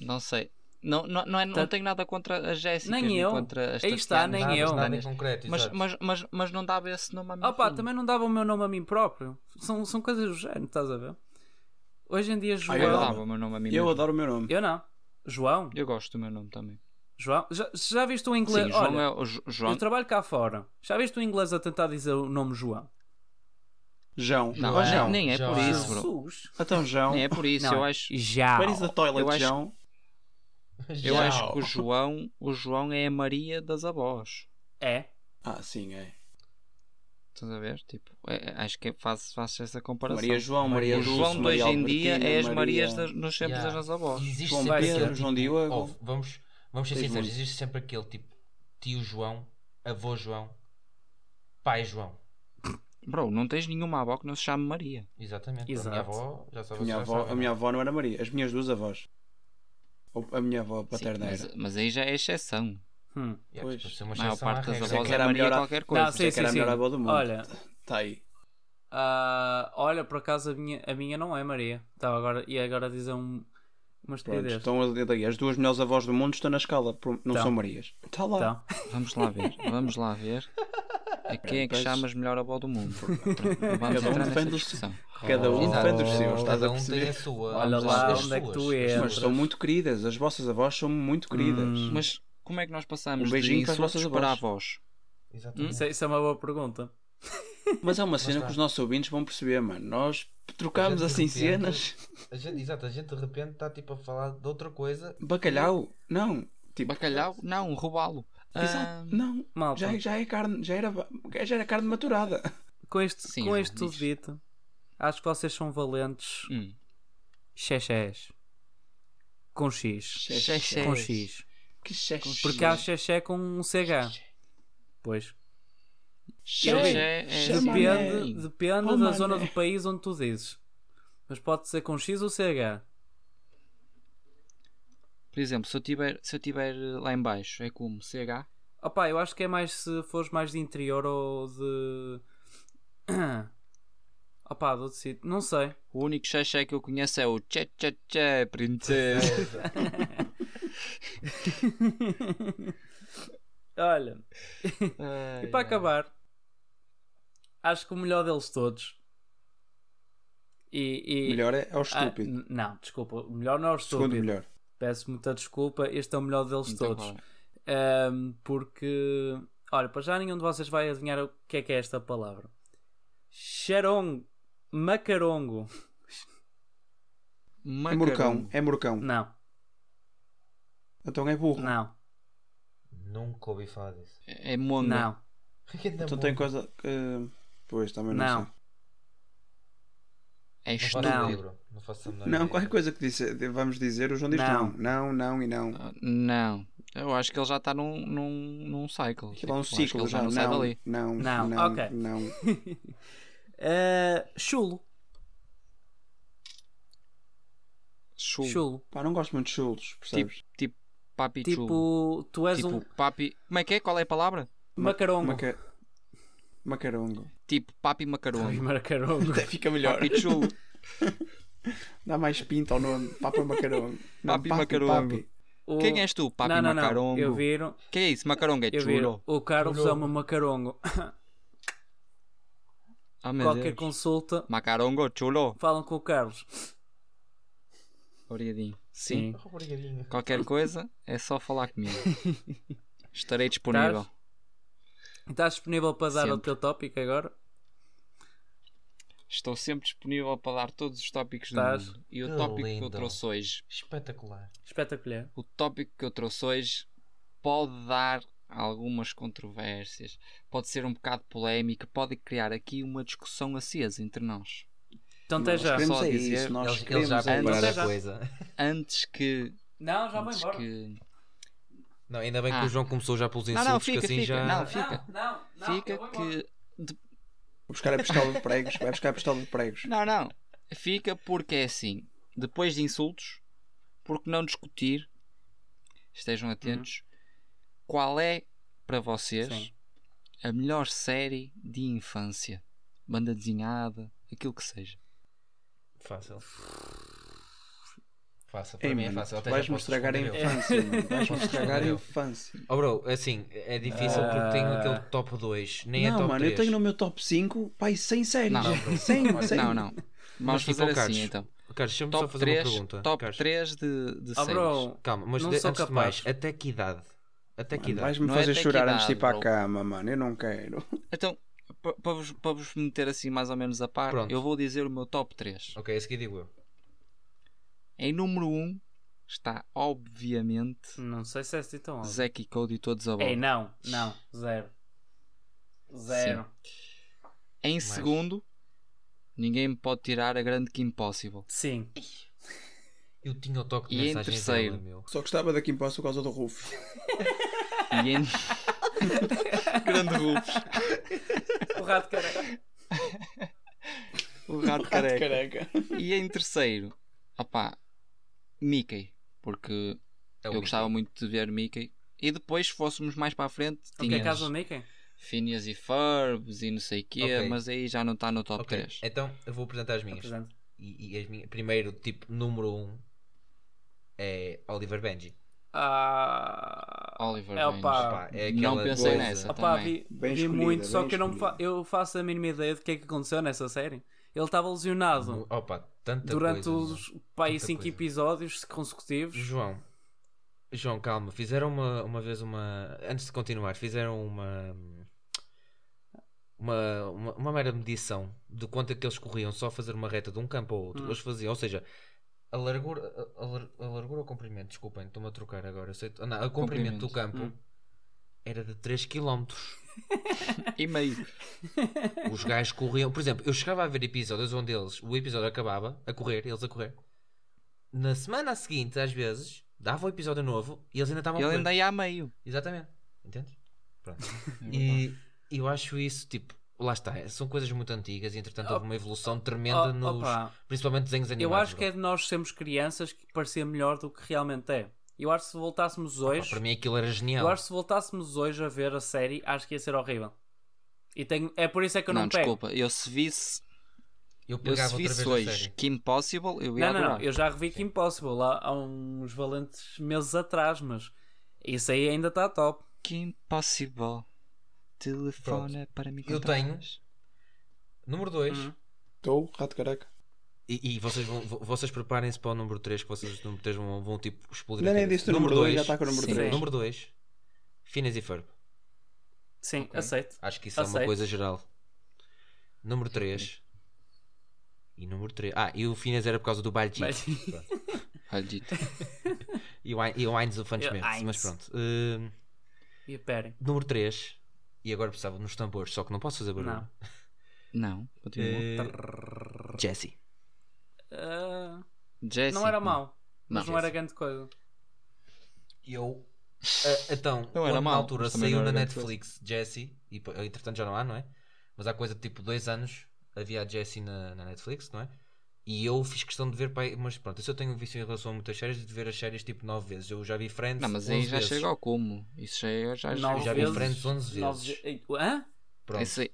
Speaker 1: Não sei. Não, não, não, é- não
Speaker 2: Tá.
Speaker 1: tenho nada contra a Jéssica.
Speaker 2: Nem eu.
Speaker 1: Contra as
Speaker 2: Aí está,
Speaker 1: Tatianas,
Speaker 2: nem
Speaker 1: as
Speaker 2: eu.
Speaker 3: Nada em
Speaker 1: Tânias.
Speaker 3: concreto,
Speaker 1: Mas,
Speaker 3: exato.
Speaker 1: mas, mas, mas não dava esse nome à minha
Speaker 2: opa,
Speaker 1: filha.
Speaker 2: também não dava o meu nome a mim próprio. São, são coisas do género, estás a ver? Hoje em dia, João.
Speaker 4: Ah,
Speaker 1: Eu
Speaker 4: adoro.
Speaker 1: dava o meu nome a mim
Speaker 4: Eu
Speaker 1: mesmo.
Speaker 4: adoro o meu nome.
Speaker 2: Eu não. João?
Speaker 1: Eu gosto do meu nome também.
Speaker 2: João? Já, já viste um inglês?
Speaker 1: Sim, João
Speaker 2: Olha,
Speaker 1: é o Jo- João.
Speaker 2: eu trabalho cá fora. Já viste um inglês a tentar dizer o nome João?
Speaker 4: João.
Speaker 1: Não,
Speaker 4: Oh,
Speaker 1: nem-
Speaker 4: João.
Speaker 1: nem é por
Speaker 3: João.
Speaker 1: isso, bro.
Speaker 2: Jesus.
Speaker 4: Então, João.
Speaker 1: Nem é por isso.
Speaker 2: Não,
Speaker 1: eu
Speaker 2: é
Speaker 1: acho,
Speaker 2: Já.
Speaker 4: Where is the
Speaker 1: Eu
Speaker 4: toilet,
Speaker 1: acho-
Speaker 4: João?
Speaker 1: eu
Speaker 3: Já.
Speaker 1: acho que o João, o João é a Maria das avós.
Speaker 2: É.
Speaker 4: Ah, sim, é.
Speaker 1: Estás a ver? Tipo, é- é- acho que faço, faço essa comparação.
Speaker 4: Maria João, Maria
Speaker 1: O
Speaker 4: Dulce,
Speaker 1: João de
Speaker 4: Maria
Speaker 1: hoje em dia
Speaker 4: Albertina,
Speaker 1: é as
Speaker 4: Maria-
Speaker 1: Marias das- nos tempos
Speaker 3: Yeah.
Speaker 1: das nossas avós.
Speaker 3: Existe
Speaker 4: João
Speaker 3: sempre
Speaker 2: Pedro,
Speaker 3: aquele,
Speaker 4: João
Speaker 3: tipo,
Speaker 4: Diogo.
Speaker 3: oh, vamos, vamos ser
Speaker 4: Tens
Speaker 3: sinceros,
Speaker 4: muito.
Speaker 3: existe sempre aquele tipo tio João, avô João, pai João.
Speaker 1: Bro, não tens nenhuma avó que não se chame Maria.
Speaker 3: Exatamente. A
Speaker 2: Exato.
Speaker 3: minha avó já sabe
Speaker 4: A minha,
Speaker 3: já
Speaker 4: avó,
Speaker 3: sabe,
Speaker 4: a minha avó não era Maria, as minhas duas avós. Ou A minha avó paterna
Speaker 1: Sim,
Speaker 4: era.
Speaker 1: mas, mas aí já é exceção.
Speaker 2: Hum.
Speaker 3: não é? Yeah,
Speaker 4: Pois.
Speaker 3: tipo, ser uma
Speaker 1: A maior
Speaker 3: exceção à
Speaker 1: parte das
Speaker 3: regra.
Speaker 4: Isso é
Speaker 1: avós
Speaker 4: que
Speaker 1: é
Speaker 4: era a
Speaker 1: Maria
Speaker 4: melhor-
Speaker 1: qualquer coisa.
Speaker 2: Não,
Speaker 4: Isso é que era a melhor avó do mundo.
Speaker 2: Olha,
Speaker 4: Está Tá aí.
Speaker 2: ah, olha, por acaso a minha, a minha não é Maria. Estava agora, e agora dizer um, uma
Speaker 4: Pronto,
Speaker 2: estupidez.
Speaker 4: estão ali. As duas melhores avós do mundo estão na escala, pro- não
Speaker 2: Estão.
Speaker 4: são Marias. Está lá.
Speaker 2: Então,
Speaker 1: Vamos lá ver, vamos lá ver. A quem é que
Speaker 4: Pois.
Speaker 1: chamas melhor avó do mundo? Pronto, não vamos
Speaker 4: Cada um
Speaker 1: entrar nessa
Speaker 4: defende o
Speaker 1: discussão.
Speaker 4: Cada um
Speaker 3: Exato.
Speaker 4: defende os seus, estás
Speaker 3: Cada
Speaker 4: a
Speaker 3: um tem a
Speaker 4: perceber?
Speaker 3: sua.
Speaker 2: olha
Speaker 3: as
Speaker 2: lá
Speaker 3: suas.
Speaker 2: onde é que tu és.
Speaker 4: Mas são muito queridas, as vossas avós são muito queridas.
Speaker 2: Hum.
Speaker 1: Mas como é que nós passamos
Speaker 4: Um
Speaker 1: de
Speaker 4: beijinho para as
Speaker 1: insultos
Speaker 4: vossas
Speaker 1: para
Speaker 4: avós.
Speaker 1: avós? Hum?
Speaker 3: Exatamente.
Speaker 2: Isso, é- isso é uma boa pergunta.
Speaker 4: Mas há uma cena
Speaker 3: está.
Speaker 4: que os nossos ouvintes vão perceber, mano. Nós trocámos
Speaker 3: A
Speaker 4: assim
Speaker 3: gente de repente-
Speaker 4: cenas.
Speaker 3: A gente, exato, a gente de repente está tipo a falar de outra coisa.
Speaker 4: Bacalhau? Não. Tipo,
Speaker 1: Bacalhau? Não, roubá-lo. Ah,
Speaker 4: Exato. Não.
Speaker 2: Malta,
Speaker 4: Já, já é carne, já era, já era carne maturada.
Speaker 2: com isto,
Speaker 1: Sim,
Speaker 2: com
Speaker 1: João,
Speaker 2: isto tudo
Speaker 1: diz.
Speaker 2: dito, acho que vocês são valentes
Speaker 1: hum.
Speaker 2: xexés. Com X.
Speaker 1: Xexés.
Speaker 2: Com X.
Speaker 4: Que chefe.
Speaker 2: Porque há xexé com um CH. Pois.
Speaker 1: Xexé é-
Speaker 2: Depende, depende
Speaker 4: Oh,
Speaker 2: da
Speaker 4: mané.
Speaker 2: zona do país onde tu dizes. Mas pode ser com X ou CH.
Speaker 1: Por exemplo, se eu, tiver, se eu tiver eh, lá em baixo, é como CH.
Speaker 2: Opa, eu acho que é mais se fores mais de interior ou de. Opa, de outro sítio. Não sei.
Speaker 1: O único xexé que eu conheço é o Tchê Tchê Tchê, princesa.
Speaker 2: Olha,
Speaker 1: Ai,
Speaker 2: e para
Speaker 1: ai.
Speaker 2: acabar, acho que o melhor deles todos. E. e...
Speaker 4: Melhor é, é o
Speaker 2: Ah,
Speaker 4: estúpido.
Speaker 2: n- não, desculpa. O melhor não é o estúpido.
Speaker 4: Segundo melhor.
Speaker 2: Peço muita desculpa. Este é o melhor deles
Speaker 1: Então,
Speaker 2: todos.
Speaker 1: vá.
Speaker 2: Ahm, porque, olha, para já nenhum de vocês vai adivinhar o que é que é esta palavra. Xarongo. Macarongo.
Speaker 4: É
Speaker 1: Macarão.
Speaker 4: murcão, é murcão.
Speaker 2: um. Não,
Speaker 4: Então é burro.
Speaker 2: não,
Speaker 3: Nunca ouvi falar disso.
Speaker 1: É monga.
Speaker 2: não,
Speaker 4: Então tem coisa que. Pois, também não,
Speaker 2: é não.
Speaker 4: sei.
Speaker 1: É
Speaker 3: Não
Speaker 1: estúpido.
Speaker 3: faço
Speaker 2: Não.
Speaker 3: não. livro. Não faço a menor
Speaker 4: Não,
Speaker 3: ideia.
Speaker 4: qualquer coisa que disse, vamos dizer, o João diz
Speaker 2: Não.
Speaker 4: não. Não, não e não.
Speaker 1: Ah, Não. Eu acho que ele já está num, num, num cycle.
Speaker 4: Aquilo é
Speaker 1: Tipo,
Speaker 4: um
Speaker 1: acho que
Speaker 4: ciclo
Speaker 1: ele já
Speaker 4: já.
Speaker 1: não sai
Speaker 4: Não,
Speaker 1: dali.
Speaker 4: não,
Speaker 2: Não,
Speaker 4: não, não,
Speaker 2: ok.
Speaker 4: não.
Speaker 2: Ah, chulo,
Speaker 1: Chulo.
Speaker 2: chulo.
Speaker 4: Pá, não gosto muito de chulos, percebes?
Speaker 1: Tipo papi chulo.
Speaker 2: Tipo, tu és
Speaker 1: Tipo
Speaker 2: um
Speaker 1: papi... Como é que é? Qual é a palavra?
Speaker 2: macarongo.
Speaker 4: Maca... Macarongo.
Speaker 1: Tipo papi
Speaker 2: Ai,
Speaker 1: macarongo.
Speaker 2: Macarongo.
Speaker 4: Até fica melhor.
Speaker 1: papi chulo.
Speaker 4: Dá mais pinta ao nome. Papa macarongo. Não,
Speaker 1: Papi macarongo.
Speaker 2: O-
Speaker 1: Quem és tu? Papi
Speaker 2: não, não,
Speaker 1: macarongo.
Speaker 2: Não. Eu viro,
Speaker 1: Que é isso? Macarongo é
Speaker 2: eu viro.
Speaker 1: chulo.
Speaker 2: O Carlos
Speaker 3: Chulo.
Speaker 2: ama macarongo.
Speaker 1: Ah, meu
Speaker 2: Qualquer
Speaker 1: Deus.
Speaker 2: consulta,
Speaker 1: Macarongo chulo.
Speaker 2: falam com o Carlos.
Speaker 1: Obrigadinho. Sim.
Speaker 3: Oh, obrigadinho.
Speaker 1: Qualquer coisa é só falar comigo. Estarei disponível.
Speaker 2: Estás? Estás disponível para dar o
Speaker 1: Sempre.
Speaker 2: teu tópico agora?
Speaker 1: Estou sempre disponível para dar todos os tópicos
Speaker 2: Estás?
Speaker 1: do mundo. E o
Speaker 3: Que
Speaker 1: tópico que eu
Speaker 3: lindo.
Speaker 1: trouxe hoje
Speaker 3: Espetacular.
Speaker 2: Espetacular.
Speaker 1: o tópico que eu trouxe hoje pode dar algumas controvérsias, pode ser um bocado polémico, pode criar aqui uma discussão acesa entre nós.
Speaker 2: Então até
Speaker 4: Nós
Speaker 2: já.
Speaker 4: queremos
Speaker 1: Só
Speaker 4: é
Speaker 1: dizer-
Speaker 4: isso, nós
Speaker 3: Eles, eles
Speaker 4: queremos
Speaker 3: já
Speaker 4: é
Speaker 1: antes-
Speaker 3: preparam
Speaker 4: isso.
Speaker 2: Agora-
Speaker 3: a coisa.
Speaker 1: Antes que.
Speaker 2: Não, já vou
Speaker 1: antes
Speaker 2: embora.
Speaker 1: que-
Speaker 3: Não, ainda bem que
Speaker 1: Ah.
Speaker 3: o João começou já pelos
Speaker 1: não,
Speaker 3: insultos,
Speaker 1: não, fica,
Speaker 3: que assim
Speaker 1: fica.
Speaker 3: já.
Speaker 1: Não, fica.
Speaker 2: Não, não, não, eu
Speaker 1: fica
Speaker 2: vou embora.
Speaker 1: que.
Speaker 4: Vou buscar a pistola de pregos. Vai buscar a pistola de pregos.
Speaker 1: Não, não. Fica porque é assim. Depois de insultos, porque não discutir, estejam atentos, qual é para vocês
Speaker 2: Uhum. Sim.
Speaker 1: a melhor série de infância? Banda desenhada, aquilo que seja.
Speaker 3: Fácil. Fácil, para
Speaker 4: Ei,
Speaker 3: mim é
Speaker 4: mano,
Speaker 3: fácil. Até já
Speaker 4: vais-me
Speaker 3: posso
Speaker 4: estragar a
Speaker 3: responder eu.
Speaker 4: infância, mano. Vais-me
Speaker 3: Posso
Speaker 4: estragar a
Speaker 3: responder eu.
Speaker 4: infância.
Speaker 3: Oh, bro, assim, é difícil porque tenho aquele top 2, nem é
Speaker 4: não,
Speaker 3: top
Speaker 4: mano,
Speaker 3: 3.
Speaker 4: eu tenho no meu top 5, pai, 100 séries.
Speaker 1: Não, não,
Speaker 4: 100, 100.
Speaker 1: Não, não. Vamos
Speaker 3: tipo,
Speaker 1: fazer
Speaker 3: Carlos,
Speaker 1: assim então.
Speaker 3: Carlos, deixa-me só
Speaker 1: Top
Speaker 3: fazer
Speaker 1: 3,
Speaker 3: uma pergunta.
Speaker 1: top
Speaker 3: Carlos,
Speaker 1: 3 de, de
Speaker 2: Ah,
Speaker 1: séries.
Speaker 2: bro,
Speaker 3: Calma, mas
Speaker 2: Não
Speaker 3: de-
Speaker 2: sou
Speaker 3: antes de
Speaker 2: capaz.
Speaker 3: mais, até que idade? Até que
Speaker 4: Mano,
Speaker 3: idade?
Speaker 4: vais-me
Speaker 1: Não é
Speaker 4: fazer
Speaker 1: até que
Speaker 4: chorar antes de ir
Speaker 1: idade,
Speaker 4: para
Speaker 1: bro.
Speaker 4: a cama, mano. Eu não quero.
Speaker 1: Então, para vos, pa vos meter assim mais ou menos a par,
Speaker 3: Pronto.
Speaker 1: eu vou dizer o meu top 3.
Speaker 3: Ok, a seguir digo eu.
Speaker 1: Em número 1 está, obviamente,
Speaker 2: Não sei se é assim tão alto. É
Speaker 1: Zack e Cody todos a bordo.
Speaker 2: Ei, não, não, zero. Zero.
Speaker 1: Em segundo, ninguém me pode tirar a grande Kim Possible.
Speaker 2: Sim.
Speaker 3: Eu tinha o toque de
Speaker 1: E em
Speaker 3: mensagens É
Speaker 1: terceiro?
Speaker 3: dela, meu.
Speaker 4: Só gostava da Kim Possible por causa do Rufus.
Speaker 1: E em... grande Rufus.
Speaker 2: O rato careca.
Speaker 1: O rato careca.
Speaker 4: Careca.
Speaker 1: E em terceiro, opá, Mickey. Porque
Speaker 3: É o
Speaker 1: eu
Speaker 3: Mickey.
Speaker 1: gostava muito de ver Mickey. E depois, se fôssemos mais para a frente,
Speaker 2: O que é
Speaker 1: tinhas
Speaker 2: casa do Mickey?
Speaker 1: Phineas e Ferbs e não sei o quê,
Speaker 3: Ok.
Speaker 1: mas aí já não está no top
Speaker 3: Ok,
Speaker 1: 3.
Speaker 3: Então eu vou apresentar as minhas.
Speaker 2: Apresente.
Speaker 3: E, e as minhas. Primeiro, tipo, número 1 um é Oliver Benji.
Speaker 2: Ah.
Speaker 1: Oliver
Speaker 2: É,
Speaker 1: Benji.
Speaker 2: opá.
Speaker 3: Pá, é
Speaker 1: Não
Speaker 3: aquela
Speaker 1: pensei
Speaker 3: coisa-
Speaker 1: nessa
Speaker 2: Ah, Opá,
Speaker 1: também.
Speaker 2: vi,
Speaker 4: Bem
Speaker 2: vi
Speaker 4: escolhida,
Speaker 2: muito,
Speaker 4: bem
Speaker 2: só que eu não fa
Speaker 4: escolhida.
Speaker 2: eu faço a mínima ideia do que é que aconteceu nessa série. Ele estava lesionado
Speaker 3: Opa, tanta
Speaker 2: durante
Speaker 3: Uhum. coisa, meu.
Speaker 2: os pá, aí
Speaker 3: Tanta
Speaker 2: 5
Speaker 3: coisa.
Speaker 2: episódios consecutivos.
Speaker 3: João, João, calma. Fizeram uma, uma vez uma. Antes de continuar, fizeram uma. Uma, uma, uma mera medição do quanto é que eles corriam só a fazer uma reta de um campo ao outro.
Speaker 2: Hum.
Speaker 3: Eles faziam, ou seja, a largura, a, a lar- a largura ou comprimento, desculpem, estou-me a trocar agora. Eu sei, ah, não, a comprimento, do campo
Speaker 2: Hum.
Speaker 3: era de 3 km.
Speaker 1: E meio.
Speaker 3: Os gajos corriam. Por exemplo, eu chegava a ver episódios onde eles, o episódio acabava a correr, eles a correr. Na semana seguinte, às vezes, dava um episódio novo e eles ainda estavam a
Speaker 1: Ele
Speaker 3: correr.
Speaker 1: ainda ia a meio.
Speaker 3: Exatamente. Entendes? Pronto. e eu acho isso, tipo, lá está. São coisas muito antigas e, entretanto, houve uma evolução tremenda
Speaker 2: Oh,
Speaker 3: nos.
Speaker 2: opá.
Speaker 3: Principalmente desenhos
Speaker 2: Eu
Speaker 3: animados.
Speaker 2: acho que é de nós sermos crianças que parecia melhor do que realmente é. Eu acho que se voltássemos
Speaker 3: bro. Pá,
Speaker 2: hoje,
Speaker 3: Para mim é aquilo era genial.
Speaker 2: eu acho que se voltássemos hoje a ver a série, acho que ia ser horrível. E tenho, é por isso é que eu não,
Speaker 1: não,
Speaker 2: pego.
Speaker 1: desculpa. Eu se visse,
Speaker 3: Eu
Speaker 1: eu
Speaker 3: pegava
Speaker 1: se
Speaker 3: outra
Speaker 1: visse
Speaker 3: vez a
Speaker 1: hoje
Speaker 3: série.
Speaker 1: Kim Possible, eu ia
Speaker 2: Não, não,
Speaker 1: adorar.
Speaker 2: não, eu já revi que Impossible lá há uns valentes meses atrás, mas isso aí ainda está top.
Speaker 1: Kim Possible. Telefone para me
Speaker 3: Eu
Speaker 1: encontrar.
Speaker 3: tenho. Número 2.
Speaker 2: Uhum.
Speaker 4: Estou, rato careca.
Speaker 3: E, e vocês, vão, vo- vocês preparem-se para o número 3, que vocês no número 3 vão, vão, tipo explodir.
Speaker 4: Ainda
Speaker 3: a
Speaker 4: nem
Speaker 3: cabeça.
Speaker 4: disse o número 2, já tá está com o número
Speaker 1: Sim.
Speaker 4: 3.
Speaker 3: Número 2. Finas e Ferb.
Speaker 2: Sim,
Speaker 3: Ok.
Speaker 2: aceito.
Speaker 3: Acho que isso é
Speaker 2: Aceito.
Speaker 3: uma coisa geral. Número 3. E número 3. Ah, e o Finas era por causa do baile de
Speaker 2: Mas-
Speaker 3: jeans. Pronto.
Speaker 1: Maldito.
Speaker 3: E o Ein- e o Heinz do
Speaker 2: E o
Speaker 3: Funchments,
Speaker 2: Heinz.
Speaker 3: mas pronto. Hum,
Speaker 2: E esperem.
Speaker 3: número 3. E agora precisava nos tambores, só que não posso fazer barulho.
Speaker 2: Não.
Speaker 1: Não, continua.
Speaker 3: Eh, Jesse.
Speaker 2: Ah,
Speaker 1: Jesse.
Speaker 2: não era mau,
Speaker 1: assim. Não. é
Speaker 2: mas
Speaker 1: assim.
Speaker 2: não era grande coisa.
Speaker 3: Eu. ah, então,
Speaker 1: Não era
Speaker 3: quando na
Speaker 1: mau,
Speaker 3: altura
Speaker 1: mas também
Speaker 3: saiu
Speaker 1: não era
Speaker 3: na
Speaker 1: grande
Speaker 3: Netflix Jesse, e pô, entretanto já não há, não é? Mas há coisa de tipo dois anos havia a Jesse na, na Netflix, não é? E eu fiz questão de ver, pá, mas pronto, isso eu tenho um vício em relação a muitas séries de ver as séries tipo nove vezes. Eu já vi Friends.
Speaker 1: Não, mas aí
Speaker 3: 11
Speaker 1: já
Speaker 3: vezes.
Speaker 1: chega ao como. Isso já é. Já,
Speaker 2: Nove
Speaker 3: já vi
Speaker 2: vezes,
Speaker 3: Friends 11
Speaker 2: nove
Speaker 3: vezes.
Speaker 2: ve- Hã?
Speaker 3: Pronto.
Speaker 1: Isso aí-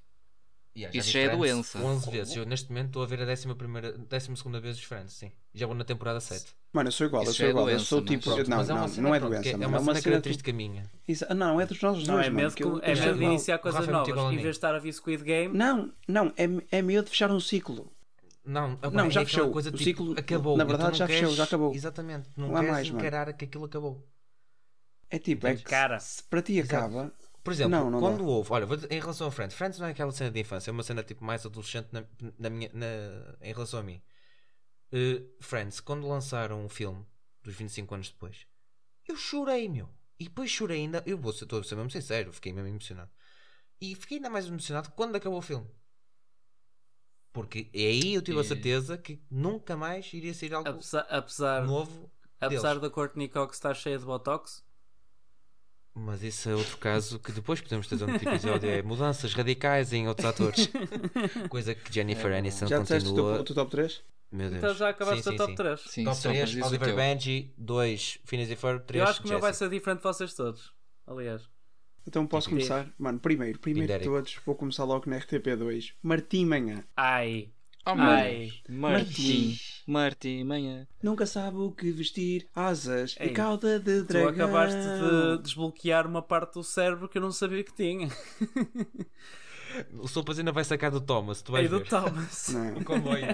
Speaker 3: Yeah,
Speaker 1: Isso
Speaker 3: vi
Speaker 1: já é
Speaker 3: Friends
Speaker 1: doença.
Speaker 3: 11 vezes. Eu neste momento estou a ver a 11 primeira, 12 vez os Friends, sim. Já vou na temporada 7.
Speaker 4: Mano, eu sou igual, eu
Speaker 1: Isso
Speaker 4: sou
Speaker 1: é
Speaker 4: igual. eu
Speaker 1: doença,
Speaker 4: sou
Speaker 1: mas-
Speaker 4: tipo.
Speaker 1: Pronto,
Speaker 4: não,
Speaker 3: é uma
Speaker 4: não,
Speaker 3: cena,
Speaker 4: não é
Speaker 3: pronto, que
Speaker 4: doença,
Speaker 3: É
Speaker 4: mano.
Speaker 3: uma, cena
Speaker 4: cena
Speaker 3: característica minha.
Speaker 4: Isso- ah, Não, é dos nossos
Speaker 2: Não,
Speaker 4: dois.
Speaker 2: é
Speaker 4: mano,
Speaker 2: medo,
Speaker 4: que eu-
Speaker 2: com- é
Speaker 4: eu sou
Speaker 2: medo de
Speaker 4: igual.
Speaker 2: iniciar coisas
Speaker 3: Rafa é muito
Speaker 2: novas.
Speaker 3: igual a
Speaker 2: Em
Speaker 3: mim.
Speaker 2: vez de estar a ver Squid Game,
Speaker 4: Não, não, é, é medo de fechar um ciclo.
Speaker 3: Não, agora
Speaker 4: Não,
Speaker 3: é
Speaker 4: já
Speaker 3: aquela
Speaker 4: fechou.
Speaker 3: Coisa,
Speaker 4: O
Speaker 3: tipo,
Speaker 4: ciclo,
Speaker 3: acabou.
Speaker 4: na
Speaker 3: e tu
Speaker 4: verdade,
Speaker 3: não
Speaker 4: já fechou,
Speaker 3: queres-
Speaker 4: já acabou.
Speaker 3: Exatamente. Não,
Speaker 4: Não há
Speaker 3: queres
Speaker 4: mais, mano.
Speaker 3: encarar que aquilo acabou.
Speaker 4: É tipo, é que
Speaker 2: cara.
Speaker 4: se para ti
Speaker 3: Exato.
Speaker 4: acaba.
Speaker 3: Por exemplo,
Speaker 4: Não, não
Speaker 3: quando
Speaker 4: dá.
Speaker 3: houve. Olha, vou dizer- em relação a Friends, Friends não é aquela cena de infância, é uma cena tipo mais adolescente na, na minha, na- em relação a mim. Eh, Friends, quando lançaram o filme dos 25 anos depois, eu chorei, meu. E depois chorei ainda. Eu vou ser, estou a ser mesmo sincero, fiquei mesmo emocionado. E fiquei ainda mais emocionado quando acabou o filme. Porque é aí eu tive a
Speaker 1: E-
Speaker 3: certeza que nunca mais iria sair algo
Speaker 2: apesar, apesar,
Speaker 3: novo.
Speaker 2: apesar
Speaker 3: deles.
Speaker 2: da Courtney Cox estar cheia de Botox,
Speaker 3: Mas esse é outro caso que depois podemos trazer no episódio. É mudanças radicais em outros atores. Coisa que Jennifer Aniston
Speaker 4: Já disseste o teu,
Speaker 3: continua.
Speaker 4: o teu top 3?
Speaker 3: Meu Deus.
Speaker 2: É. então já acabaste
Speaker 3: Sim,
Speaker 2: o
Speaker 3: sim,
Speaker 2: top
Speaker 3: sim.
Speaker 2: 3.
Speaker 1: Sim,
Speaker 3: Top
Speaker 1: só
Speaker 3: 3,
Speaker 1: mas diz o
Speaker 3: Oliver
Speaker 1: teu.
Speaker 3: Benji, 2, Phineas e Ferb, 3,
Speaker 2: Eu acho que o meu vai ser diferente de vocês todos. Aliás,
Speaker 4: Então posso
Speaker 2: Sim.
Speaker 4: começar? Mano, primeiro, primeiro de
Speaker 3: Pindérico.
Speaker 4: todos, vou começar logo na RTP2. Martim Manhã.
Speaker 2: ai,
Speaker 1: Oh,
Speaker 2: ai,
Speaker 1: meu Martim. Martim, manhã.
Speaker 4: Nunca sabe o que vestir, asas
Speaker 2: Ei,
Speaker 4: e cauda de
Speaker 2: tu
Speaker 4: dragão.
Speaker 2: acabaste de desbloquear uma parte do cérebro que eu não sabia que tinha.
Speaker 3: O Sopas ainda vai sacar do Thomas, tu vais
Speaker 2: Aí do
Speaker 3: ver.
Speaker 2: Thomas. um
Speaker 4: Não. é?
Speaker 3: Comboio.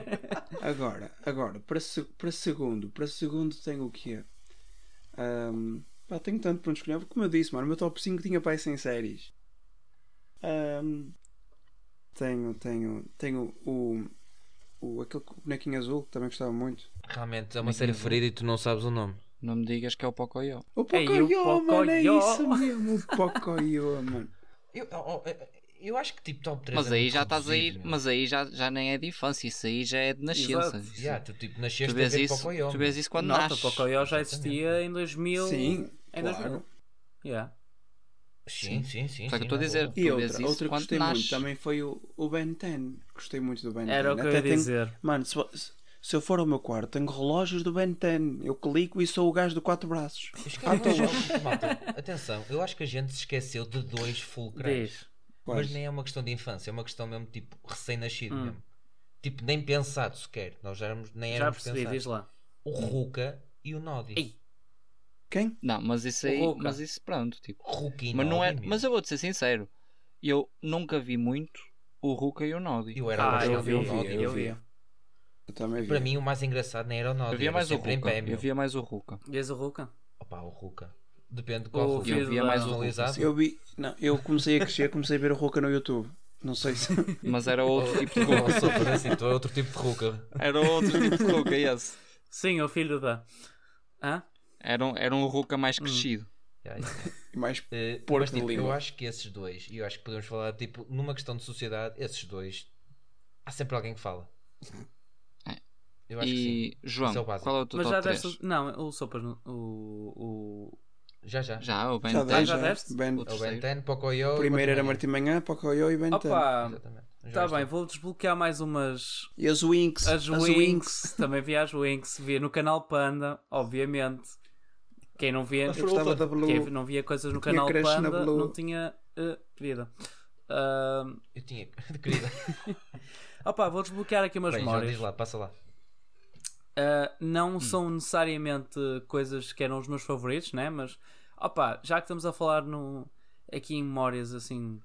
Speaker 4: Agora, agora, para, se- para segundo, para segundo tenho o quê? Ahm, pá, tenho tanto para onde escolher, porque como eu disse, mano, o meu top 5 tinha para aí 100 séries. Ahm, tenho, tenho, tenho o, o, aquele com o bonequinho azul que também gostava muito.
Speaker 3: Realmente é uma série ferida e tu não sabes o nome.
Speaker 1: Não me digas que é o Pocoyo.
Speaker 4: O
Speaker 2: Ei, o
Speaker 4: Pocoyo, mano, é
Speaker 2: Pocoyo.
Speaker 4: isso mesmo, o Pocoyo, mano.
Speaker 3: Eu, oh, oh, eh, Eu acho que tipo top 3
Speaker 1: Mas
Speaker 3: é
Speaker 1: aí
Speaker 3: muito
Speaker 1: já estás a
Speaker 3: reduzido,
Speaker 1: ir,
Speaker 3: meu.
Speaker 1: mas aí já, já nem é de infância, isso aí já é de nascença.
Speaker 2: Exato.
Speaker 1: Isso-
Speaker 3: Yeah, tu tipo
Speaker 1: Tu
Speaker 3: nasceste a
Speaker 1: vês,
Speaker 3: ver
Speaker 1: isso,
Speaker 3: Pocoyo,
Speaker 1: tu
Speaker 3: meu.
Speaker 1: vês isso quando
Speaker 2: Não, o
Speaker 1: nasces.
Speaker 2: Pocoyo já existia em 2000.
Speaker 4: Sim,
Speaker 2: em
Speaker 4: claro.
Speaker 2: 2000. Yeah.
Speaker 3: Sim, sim, sim.
Speaker 1: Só que
Speaker 3: sim,
Speaker 1: eu estou a
Speaker 3: na
Speaker 1: dizer-
Speaker 3: boa.
Speaker 4: E
Speaker 1: Tu vês
Speaker 4: outra,
Speaker 1: isso
Speaker 4: outra que
Speaker 1: quando
Speaker 4: gostei
Speaker 1: nasces.
Speaker 4: muito também foi o, o Ben 10. Gostei muito do Ben 10.
Speaker 2: Era o que eu ia
Speaker 4: tenho-
Speaker 2: dizer.
Speaker 4: Mano, se, vo- se eu for ao meu quarto, tenho relógios do Ben 10. Eu clico e sou o gajo de quatro braços.
Speaker 3: Isto
Speaker 4: Ah,
Speaker 3: é
Speaker 4: então-
Speaker 3: uma- Malta, Atenção, eu acho que a gente se esqueceu de dois fulcrais.
Speaker 2: Diz.
Speaker 4: Pois.
Speaker 3: Mas
Speaker 2: né?
Speaker 3: nem é uma questão de infância, é uma questão mesmo tipo recém-nascido
Speaker 2: Hum.
Speaker 3: mesmo. Tipo, nem pensado sequer. Nós já éramos, nem
Speaker 2: Já
Speaker 3: éramos
Speaker 2: percebi,
Speaker 3: pensados.
Speaker 2: diz lá.
Speaker 3: O Ruka e o Nodi.
Speaker 2: Ei.
Speaker 4: Quem?
Speaker 1: Não, mas isso
Speaker 2: O
Speaker 1: aí,
Speaker 2: Ruka.
Speaker 1: mas isso pronto, tipo.
Speaker 3: Ruka e
Speaker 1: Mas, não é,
Speaker 3: Nodi, meu.
Speaker 1: mas eu vou-te ser sincero, eu nunca vi muito o Ruka e o Nodi.
Speaker 3: Eu era
Speaker 2: Ah,
Speaker 3: mais
Speaker 2: eu
Speaker 3: do
Speaker 2: vi,
Speaker 3: que o
Speaker 2: eu vi,
Speaker 3: Nodi.
Speaker 2: eu vi.
Speaker 4: Eu também vi.
Speaker 3: Para mim o mais engraçado nem era o Nodi.
Speaker 1: Eu via
Speaker 3: era
Speaker 1: mais o
Speaker 3: sempre em
Speaker 1: Ruka.
Speaker 3: pé, meu.
Speaker 1: Eu via mais o Ruka.
Speaker 2: Vês o Ruka?
Speaker 3: Opa, o Ruka. Depende de qual
Speaker 2: O
Speaker 3: Ruka.
Speaker 2: filho
Speaker 1: Eu via
Speaker 2: da-
Speaker 1: mais o Ruka.
Speaker 3: personalizado.
Speaker 4: Eu vi. Não, eu comecei a crescer, comecei a ver o Roca no YouTube. Não sei se.
Speaker 1: Mas era outro tipo de
Speaker 3: Não,
Speaker 1: Ruka.
Speaker 3: sou por assim, tu é outro tipo de Ruka.
Speaker 1: Era outro tipo de Ruka, esse.
Speaker 2: Sim, o filho da. Hã?
Speaker 1: Era um, era um Ruka
Speaker 2: Hum.
Speaker 1: mais crescido.
Speaker 3: Yeah, yeah.
Speaker 4: Mais
Speaker 3: Eh,
Speaker 4: Porco
Speaker 3: mas,
Speaker 4: de
Speaker 3: tipo, eu
Speaker 4: língua.
Speaker 3: acho que esses dois, e eu acho que podemos falar, tipo, numa questão de sociedade, esses dois, há sempre alguém que fala.
Speaker 1: É.
Speaker 3: Eu acho que sim.
Speaker 1: E, João,
Speaker 3: Isso é o básico.
Speaker 1: qual é o teu
Speaker 2: Mas já
Speaker 1: top
Speaker 2: deste.
Speaker 1: 3?
Speaker 2: o- Não, o Sopas. no- O. o...
Speaker 3: Já, já.
Speaker 1: Já, o Ben
Speaker 4: Já
Speaker 1: 10.
Speaker 4: dei,
Speaker 2: já
Speaker 4: já.
Speaker 2: deste?
Speaker 4: Ben...
Speaker 1: O
Speaker 3: É o
Speaker 1: terceiro.
Speaker 3: Ben 10, Pocoyo. e
Speaker 4: Primeiro era
Speaker 3: Martim
Speaker 4: Martim Manhã, Pocoyo e Ben 10.
Speaker 2: Opa!
Speaker 3: Manhã. Exatamente. Já
Speaker 2: Tá
Speaker 3: está.
Speaker 2: bem, vou desbloquear mais umas.
Speaker 4: E as Winx.
Speaker 2: As, Winx. Também vi as Winx. Vi no canal Panda, obviamente. Quem não via.
Speaker 4: Eu gostava da Blue.
Speaker 2: Quem não via coisas no
Speaker 4: tinha
Speaker 2: canal
Speaker 4: crush na
Speaker 2: Panda
Speaker 4: Blue.
Speaker 2: não tinha eh, vida. Ah,
Speaker 3: Eu tinha. Querida.
Speaker 2: opa, vou desbloquear aqui umas
Speaker 3: Bem, já
Speaker 2: memórias.
Speaker 3: diz lá, Hum. passa lá.
Speaker 2: Uh, não são necessariamente coisas que eram os meus favoritos, né? Mas, opa, já que estamos a falar no, aqui em memórias, assim,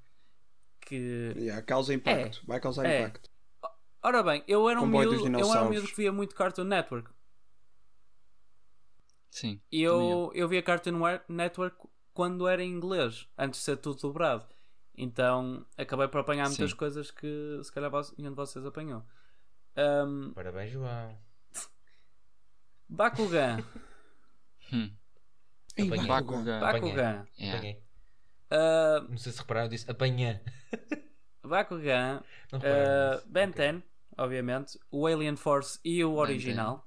Speaker 2: que...
Speaker 4: Yeah, causa impacto. Vai causar
Speaker 2: É.
Speaker 4: impacto.
Speaker 2: Ora bem, eu era um
Speaker 4: Comboio dos
Speaker 2: miúdo, eu era um
Speaker 4: dinossauros.
Speaker 2: miúdo que via muito Cartoon Network.
Speaker 1: Sim. também
Speaker 2: E
Speaker 1: eu.
Speaker 2: eu, eu via Cartoon Wer- Network quando era em inglês, antes de ser tudo dobrado. Então, acabei por apanhar
Speaker 1: Sim.
Speaker 2: muitas coisas que, se calhar, vos- nenhum de vocês apanhou. Um,
Speaker 3: Parabéns, João.
Speaker 2: Bakugan,
Speaker 1: Hum.
Speaker 4: Ei,
Speaker 3: Apanhei.
Speaker 1: Bakugan.
Speaker 4: Bakugan.
Speaker 3: Apanhei.
Speaker 2: Bakugan.
Speaker 1: Yeah.
Speaker 3: Apanhei.
Speaker 2: Uh,
Speaker 3: Não sei se repararam, eu disse apanhã.
Speaker 2: Bakugan
Speaker 1: Eh,
Speaker 3: Não repararam.
Speaker 2: Uh,
Speaker 3: nisso.
Speaker 2: ben
Speaker 3: Ok.
Speaker 2: 10, obviamente. O Alien Force e o
Speaker 1: Ben Uhum.
Speaker 2: original.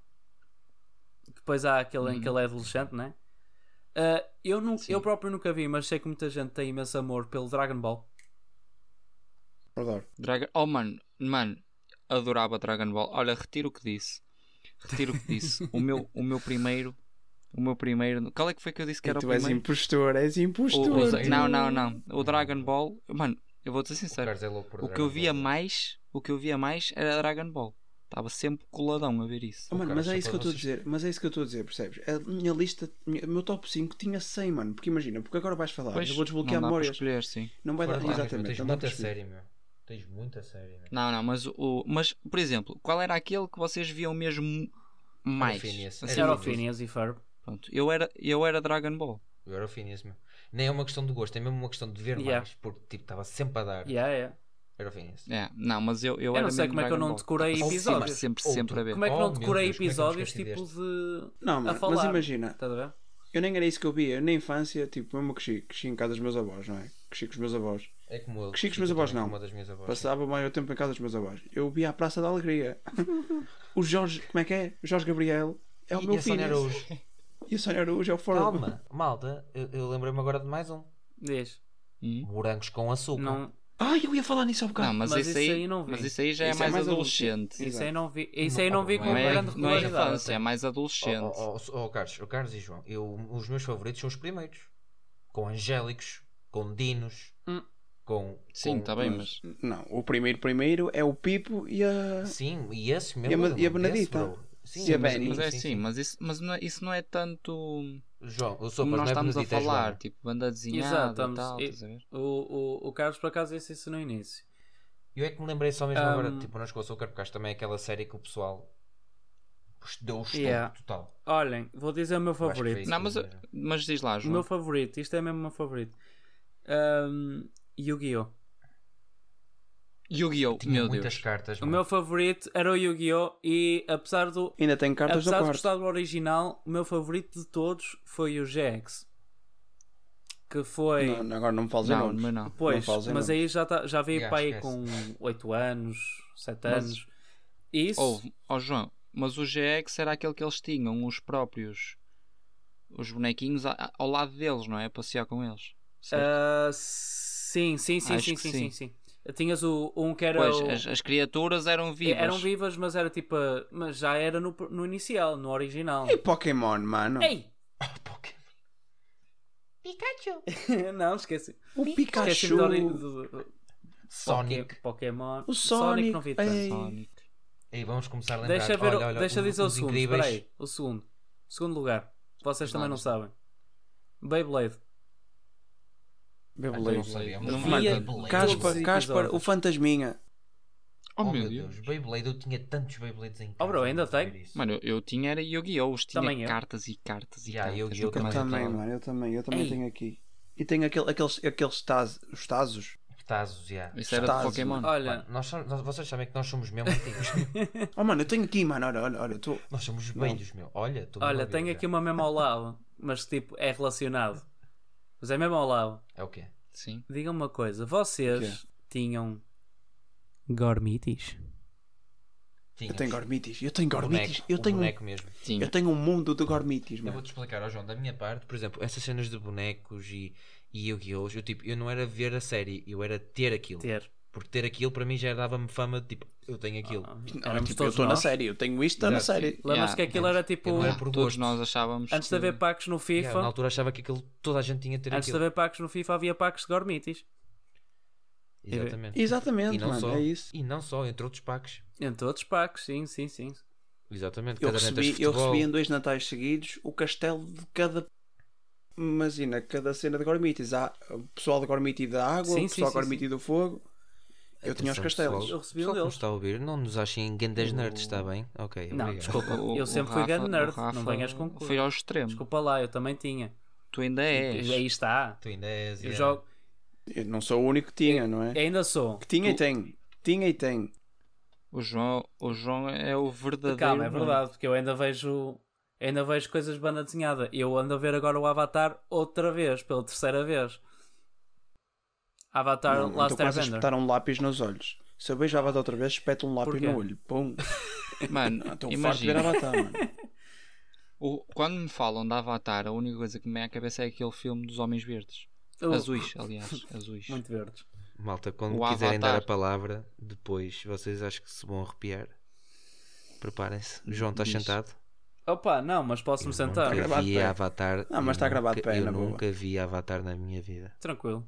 Speaker 2: Depois há aquele em que ele é adolescente, né? Uh, eu, nu-
Speaker 1: Sim.
Speaker 2: eu próprio nunca vi, mas sei que muita gente tem imenso amor pelo Dragon Ball.
Speaker 4: Adoro.
Speaker 1: Dragon... Oh, mano, mano, adorava Dragon Ball. Olha, retiro o que disse. Retiro o que disse. o, meu, o meu primeiro. O meu primeiro. Qual é que foi que eu disse que era
Speaker 4: E tu
Speaker 1: o
Speaker 4: és
Speaker 1: primeiro?
Speaker 4: impostor, és
Speaker 1: O-
Speaker 4: impostor.
Speaker 1: o-
Speaker 3: Zero.
Speaker 1: Não, não, não. O Dragon Ball. Mano, eu vou ser
Speaker 3: O
Speaker 1: sincero.
Speaker 3: Carlos é louco por
Speaker 1: O que
Speaker 3: Dragon
Speaker 1: eu via
Speaker 3: Ball.
Speaker 1: mais. O que eu via mais era Dragon Ball. Estava sempre coladão a ver isso.
Speaker 4: Oh, mano,
Speaker 3: Cara,
Speaker 4: mas é
Speaker 3: só
Speaker 4: isso que eu
Speaker 3: para
Speaker 4: estou a
Speaker 3: vocês.
Speaker 4: dizer, mas é isso que eu estou a dizer, percebes? A minha lista, minha- o meu top 5 tinha 100, mano, porque imagina, porque agora vais falar,
Speaker 1: Pois,
Speaker 4: eu vou
Speaker 1: não
Speaker 4: desbloquear
Speaker 1: dá para
Speaker 4: memórias,
Speaker 1: escolher, sim.
Speaker 4: não vai
Speaker 3: Fora
Speaker 4: dar,
Speaker 3: de lá, meu,
Speaker 4: exatamente,
Speaker 3: Tens
Speaker 4: não dá para
Speaker 3: muita
Speaker 4: escolher.
Speaker 3: série, meu. Tens muita série, meu.
Speaker 1: Não, não, mas o. Mas, por exemplo, qual era aquele que vocês viam mesmo mais?
Speaker 3: Phineas.
Speaker 1: Assim,
Speaker 3: Era
Speaker 2: Era
Speaker 3: o
Speaker 2: o Phineas e Ferb.
Speaker 1: pronto. Eu era, eu era Dragon Ball.
Speaker 3: Eu era o Phineas, meu. Nem é uma questão de gosto, é mesmo uma questão de ver
Speaker 2: Yeah.
Speaker 3: mais. Porque, tipo, estava sempre a dar.
Speaker 2: Yeah, yeah.
Speaker 3: Era o Phineas.
Speaker 1: É, não, mas eu, eu,
Speaker 2: Eu
Speaker 1: era
Speaker 2: não sei
Speaker 1: mesmo
Speaker 2: como é que eu
Speaker 1: Dragon
Speaker 2: não
Speaker 1: Ball.
Speaker 2: decorei
Speaker 1: Sempre,
Speaker 2: episódios.
Speaker 1: Sempre,
Speaker 3: Outro.
Speaker 1: sempre a ver.
Speaker 2: Como é que
Speaker 3: Oh,
Speaker 2: não
Speaker 3: meu
Speaker 2: decorei
Speaker 3: Deus, como é que eu me
Speaker 2: episódios
Speaker 3: esqueci
Speaker 2: tipo
Speaker 3: deste?
Speaker 2: de.
Speaker 4: Não,
Speaker 2: a
Speaker 4: mano,
Speaker 2: falar?
Speaker 4: mas imagina,
Speaker 2: Estás a ver?
Speaker 4: eu nem era isso que eu via, eu na infância, tipo, mesmo cresci, cresci em casa dos meus avós, não é? Cresci com os meus avós,
Speaker 3: É como eu.
Speaker 4: Que Chico, meus avós,
Speaker 3: também,
Speaker 4: não.
Speaker 3: Uma das minhas avós.
Speaker 4: passava o maior tempo em casa dos meus avós, eu via a Praça da Alegria, o Jorge, como é que é? Jorge Gabriel, é o
Speaker 3: E-
Speaker 4: meu
Speaker 3: e a
Speaker 4: filho,
Speaker 3: Sónia Araújo.
Speaker 4: e a Sónia Araújo é o Ford.
Speaker 3: Calma, malta, eu, eu lembrei-me agora de mais um.
Speaker 2: Diz.
Speaker 1: Hum?
Speaker 3: Morangos com açúcar.
Speaker 2: Não,
Speaker 4: Ai, eu ia falar nisso há
Speaker 1: Não,
Speaker 4: bocado,
Speaker 1: mas,
Speaker 2: Mas
Speaker 1: isso
Speaker 2: isso
Speaker 1: aí,
Speaker 2: aí não vi.
Speaker 1: mas isso aí já é
Speaker 4: Isso é
Speaker 1: mais,
Speaker 4: mais
Speaker 1: adolescente.
Speaker 2: isso aí
Speaker 4: Exato.
Speaker 2: não vi, isso aí não vi com um
Speaker 1: Não é,
Speaker 2: grande
Speaker 1: não é
Speaker 2: regularidade.
Speaker 1: infância, é mais adolescente.
Speaker 3: Oh, oh, oh, oh, Carlos, oh, Carlos e João, eu, os meus favoritos são os primeiros. Com angélicos, com dinos,
Speaker 2: Hum.
Speaker 3: com.
Speaker 1: Sim,
Speaker 3: oh,
Speaker 1: tá
Speaker 3: com-
Speaker 1: está bem, mas.
Speaker 4: não, o primeiro primeiro é o Pipo e a...
Speaker 3: Sim, e esse mesmo.
Speaker 4: E a Ma- e a
Speaker 3: desse,
Speaker 4: Benedita?
Speaker 3: bro. Sim,
Speaker 4: E a
Speaker 3: mas-
Speaker 4: Benny?
Speaker 1: Mas é
Speaker 3: sim,
Speaker 1: assim,
Speaker 3: sim.
Speaker 1: mas, isso, mas não é, isso não é tanto
Speaker 3: João, eu sou
Speaker 1: como nós
Speaker 3: para não é
Speaker 1: estamos a
Speaker 3: Benedita, é Joana.
Speaker 1: falar, tipo banda
Speaker 2: Exato,
Speaker 1: desenhada e
Speaker 2: estamos-
Speaker 1: tal,
Speaker 2: e-
Speaker 1: estás a ver?
Speaker 2: O, o, o Carlos, por acaso, disse isso no início.
Speaker 3: Eu é que me lembrei só mesmo agora
Speaker 2: Um,
Speaker 3: de tipo, Morangos com açúcar, porque acho também é aquela série que o pessoal deu o estudo
Speaker 2: Yeah.
Speaker 3: total.
Speaker 2: Olhem, vou dizer o meu
Speaker 3: Eu acho que foi
Speaker 2: favorito.
Speaker 3: isso é.
Speaker 1: Não,
Speaker 3: que
Speaker 1: mas,
Speaker 3: eu me lembro.
Speaker 1: mas diz lá,
Speaker 2: O
Speaker 1: João.
Speaker 2: meu favorito, isto é mesmo o meu favorito. Ahm, Yu-Gi-Oh!
Speaker 1: Yu-Gi-Oh!
Speaker 3: Tinha
Speaker 1: Meu
Speaker 3: muitas
Speaker 1: Deus.
Speaker 3: cartas.
Speaker 2: O
Speaker 3: mano.
Speaker 2: meu favorito era o Yu-Gi-Oh! E apesar do.
Speaker 4: Ainda tem cartas
Speaker 2: apesar
Speaker 4: do
Speaker 2: de
Speaker 4: quarto.
Speaker 2: gostar do original, o meu favorito de todos foi o GX. que foi.
Speaker 4: Não, não, agora não me fales em
Speaker 1: Não,
Speaker 4: nomes.
Speaker 1: mas não.
Speaker 2: Pois,
Speaker 4: fales em
Speaker 2: mas
Speaker 4: nomes.
Speaker 2: aí já, tá, já veio
Speaker 3: Yeah,
Speaker 2: para aí
Speaker 3: esquece.
Speaker 2: com 8 anos, 7
Speaker 1: Mas-
Speaker 2: anos. Isso.
Speaker 1: Ou, ó João, mas o GX era aquele que eles tinham, os próprios, os bonequinhos a- a- ao lado deles, não é? A passear com eles. Certo?
Speaker 2: Ah, sim, sim, sim,
Speaker 1: Acho
Speaker 2: sim,
Speaker 1: que
Speaker 2: sim, sim,
Speaker 1: sim.
Speaker 2: sim. Tinhas o, um que era.
Speaker 1: pois,
Speaker 2: o- um
Speaker 1: as, as criaturas eram vivas.
Speaker 2: Eram vivas, mas era tipo. ah, Mas já era no, no inicial, no original.
Speaker 4: E Pokémon, mano.
Speaker 2: Ei!
Speaker 3: Pokémon.
Speaker 2: não, esqueci.
Speaker 4: o
Speaker 2: Esqueci
Speaker 4: Pikachu.
Speaker 2: do, do, do
Speaker 3: Sonic.
Speaker 2: Poké- Pokémon.
Speaker 4: O
Speaker 2: Sonic
Speaker 4: Sonic.
Speaker 2: não vi tanto.
Speaker 4: ei.
Speaker 1: Sonic.
Speaker 3: Ei, vamos começar a lembrar.
Speaker 2: Deixa ver, o-
Speaker 3: Olha, olha,
Speaker 2: deixa
Speaker 3: os-
Speaker 2: dizer o
Speaker 3: os
Speaker 2: segundo,
Speaker 3: incríveis.
Speaker 2: espera aí. O segundo. Segundo lugar. Vocês também não
Speaker 1: Vamos.
Speaker 2: sabem. Beyblade.
Speaker 3: Não
Speaker 4: Beyblade.
Speaker 3: sabia, mas
Speaker 1: Não
Speaker 3: mano,
Speaker 2: via
Speaker 3: Beyblade.
Speaker 2: todos
Speaker 4: Caspar,
Speaker 2: os
Speaker 4: Caspar,
Speaker 2: episódios.
Speaker 4: o Fantasminha.
Speaker 1: Oh, meu Deus.
Speaker 3: Beyblade, eu tinha tantos Beyblades em casa.
Speaker 2: bro, ainda
Speaker 3: saber
Speaker 2: tem?
Speaker 3: isso.
Speaker 1: Mano, eu, eu tinha era Yu-Gi-Oh! Tinha
Speaker 2: Também eu.
Speaker 1: cartas e cartas e
Speaker 3: Yeah,
Speaker 1: cartas.
Speaker 3: Yu-Gi-Oh!
Speaker 1: nunca
Speaker 4: Eu
Speaker 1: mais
Speaker 4: também,
Speaker 1: acabava.
Speaker 4: mano, eu também, eu também
Speaker 2: Ei.
Speaker 4: tenho aqui. E tenho aquele, aqueles, aqueles tazos, os tazos.
Speaker 3: Tazos, yeah.
Speaker 1: Isso era de
Speaker 4: Estás,
Speaker 1: Pokémon.
Speaker 2: Olha,
Speaker 3: Mano, nós, somos- nós- vocês sabem que nós somos mesmo antigos.
Speaker 4: Oh mano, eu tenho aqui, mano, olha, olha, olha, eu tô...
Speaker 3: nós somos velhos, meu. Olha, tô
Speaker 2: olha, tenho aqui um uma mesmo ao lado, mas tipo, é relacionado. Mas é mesmo ao lado.
Speaker 3: É o quê?
Speaker 1: Sim.
Speaker 2: Digam-me uma coisa, vocês tinham gormitis?
Speaker 4: eu
Speaker 3: Tinhas.
Speaker 4: tenho gormitis, eu tenho gormitis,
Speaker 3: Boneco,
Speaker 4: eu
Speaker 3: um
Speaker 4: tenho, um,
Speaker 3: boneco mesmo.
Speaker 1: Tinha.
Speaker 4: eu tenho um mundo de gormitis,
Speaker 3: Eu
Speaker 4: mano.
Speaker 3: vou-te explicar, ó João, da minha parte, por exemplo, essas cenas de bonecos e, e Yu-Gi-Oh! Eu, tipo, eu não era ver a série, eu era ter aquilo.
Speaker 2: Ter.
Speaker 3: Porque ter aquilo para mim já dava-me fama de tipo, eu tenho aquilo.
Speaker 4: Ah,
Speaker 2: Éramos
Speaker 4: tipo, eu
Speaker 2: todos
Speaker 4: estou na
Speaker 2: nós.
Speaker 4: série, eu tenho isto, estou na
Speaker 3: Exato,
Speaker 4: série.
Speaker 2: Lembras
Speaker 1: Yeah,
Speaker 2: que aquilo era tipo.
Speaker 3: Eu não era
Speaker 1: Ah,
Speaker 3: por
Speaker 1: todos
Speaker 3: gosto.
Speaker 1: nós achávamos
Speaker 2: Antes de
Speaker 1: que-
Speaker 2: haver packs no FIFA,
Speaker 3: Yeah, na altura achava que aquilo toda a gente tinha que ter
Speaker 2: antes de
Speaker 3: aquilo.
Speaker 2: haver packs no FIFA havia packs de gormitis.
Speaker 3: Exatamente.
Speaker 4: Exatamente,
Speaker 3: E não
Speaker 4: mano,
Speaker 3: só.
Speaker 4: é isso.
Speaker 3: E não só, entre outros packs.
Speaker 2: Em todos os packs, sim, sim, sim.
Speaker 3: Exatamente.
Speaker 4: Eu
Speaker 3: cadernetas de
Speaker 4: recebi, eu
Speaker 3: futebol.
Speaker 4: recebi em dois natais seguidos o castelo de cada... Imagina, cada cena de gormitis. Há o pessoal de gormiti da água,
Speaker 2: Sim,
Speaker 4: o pessoal
Speaker 2: sim, sim,
Speaker 4: de gormiti do fogo. Eu tinha os
Speaker 3: Atenção,
Speaker 4: castelos.
Speaker 3: pessoal.
Speaker 2: Eu recebi um
Speaker 3: Pessoal que
Speaker 2: deles.
Speaker 3: nos está a ouvir, não nos achem gandas nerds, está bem? Ok,
Speaker 2: Não,
Speaker 3: obrigado.
Speaker 2: desculpa.
Speaker 1: O-
Speaker 2: Eu
Speaker 1: o
Speaker 2: sempre fui
Speaker 1: Rafa-
Speaker 2: grande nerd,
Speaker 1: o Rafa
Speaker 2: não venhas com cu.
Speaker 1: Foi ao extremo.
Speaker 2: Desculpa é lá, eu também tinha.
Speaker 1: Tu ainda és.
Speaker 2: Aí está.
Speaker 3: Tu ainda és,
Speaker 2: Eu
Speaker 3: é, yeah.
Speaker 2: jogo.
Speaker 4: Eu não sou o único que tinha, não é?
Speaker 2: Ainda sou.
Speaker 4: Que tinha e tem. Tinha e tem.
Speaker 1: O João, o João é o verdadeiro.
Speaker 2: Calma, é
Speaker 1: nerd.
Speaker 2: verdade, porque eu ainda vejo. Ainda vejo coisas de banda desenhada. Eu ando a ver agora o Avatar outra vez, pela terceira vez. Avatar
Speaker 4: Não,
Speaker 2: Last
Speaker 4: estou quase a
Speaker 2: Airbender.
Speaker 4: espetar um lápis nos olhos. Se eu beijo Avatar outra vez, espeto um lápis
Speaker 2: Porquê?
Speaker 4: no olho. Pum.
Speaker 1: Mano,
Speaker 4: Não, Estou farto de ver
Speaker 1: imagina.
Speaker 4: Avatar, mano.
Speaker 1: o- quando me falam de Avatar, a única coisa que me vem à cabeça é aquele filme dos Homens Verdes.
Speaker 2: Uh,
Speaker 1: Azuis, aliás. Azuis.
Speaker 2: Muito verdes.
Speaker 3: Malta, quando
Speaker 1: O
Speaker 3: quiserem dar a
Speaker 1: Avatar.
Speaker 3: palavra, depois vocês acham que se vão arrepiar. Preparem-se. O João, estás
Speaker 1: Diz.
Speaker 3: sentado?
Speaker 2: Opa, não, mas posso-me sentar.
Speaker 3: Nunca
Speaker 4: quero. gravado de
Speaker 3: vi
Speaker 4: pé.
Speaker 3: Avatar.
Speaker 4: Ah, mas
Speaker 3: eu
Speaker 4: está gravado de
Speaker 3: nunca-
Speaker 4: pé,
Speaker 3: Eu
Speaker 4: na boa.
Speaker 3: nunca vi Avatar na minha vida.
Speaker 2: Tranquilo.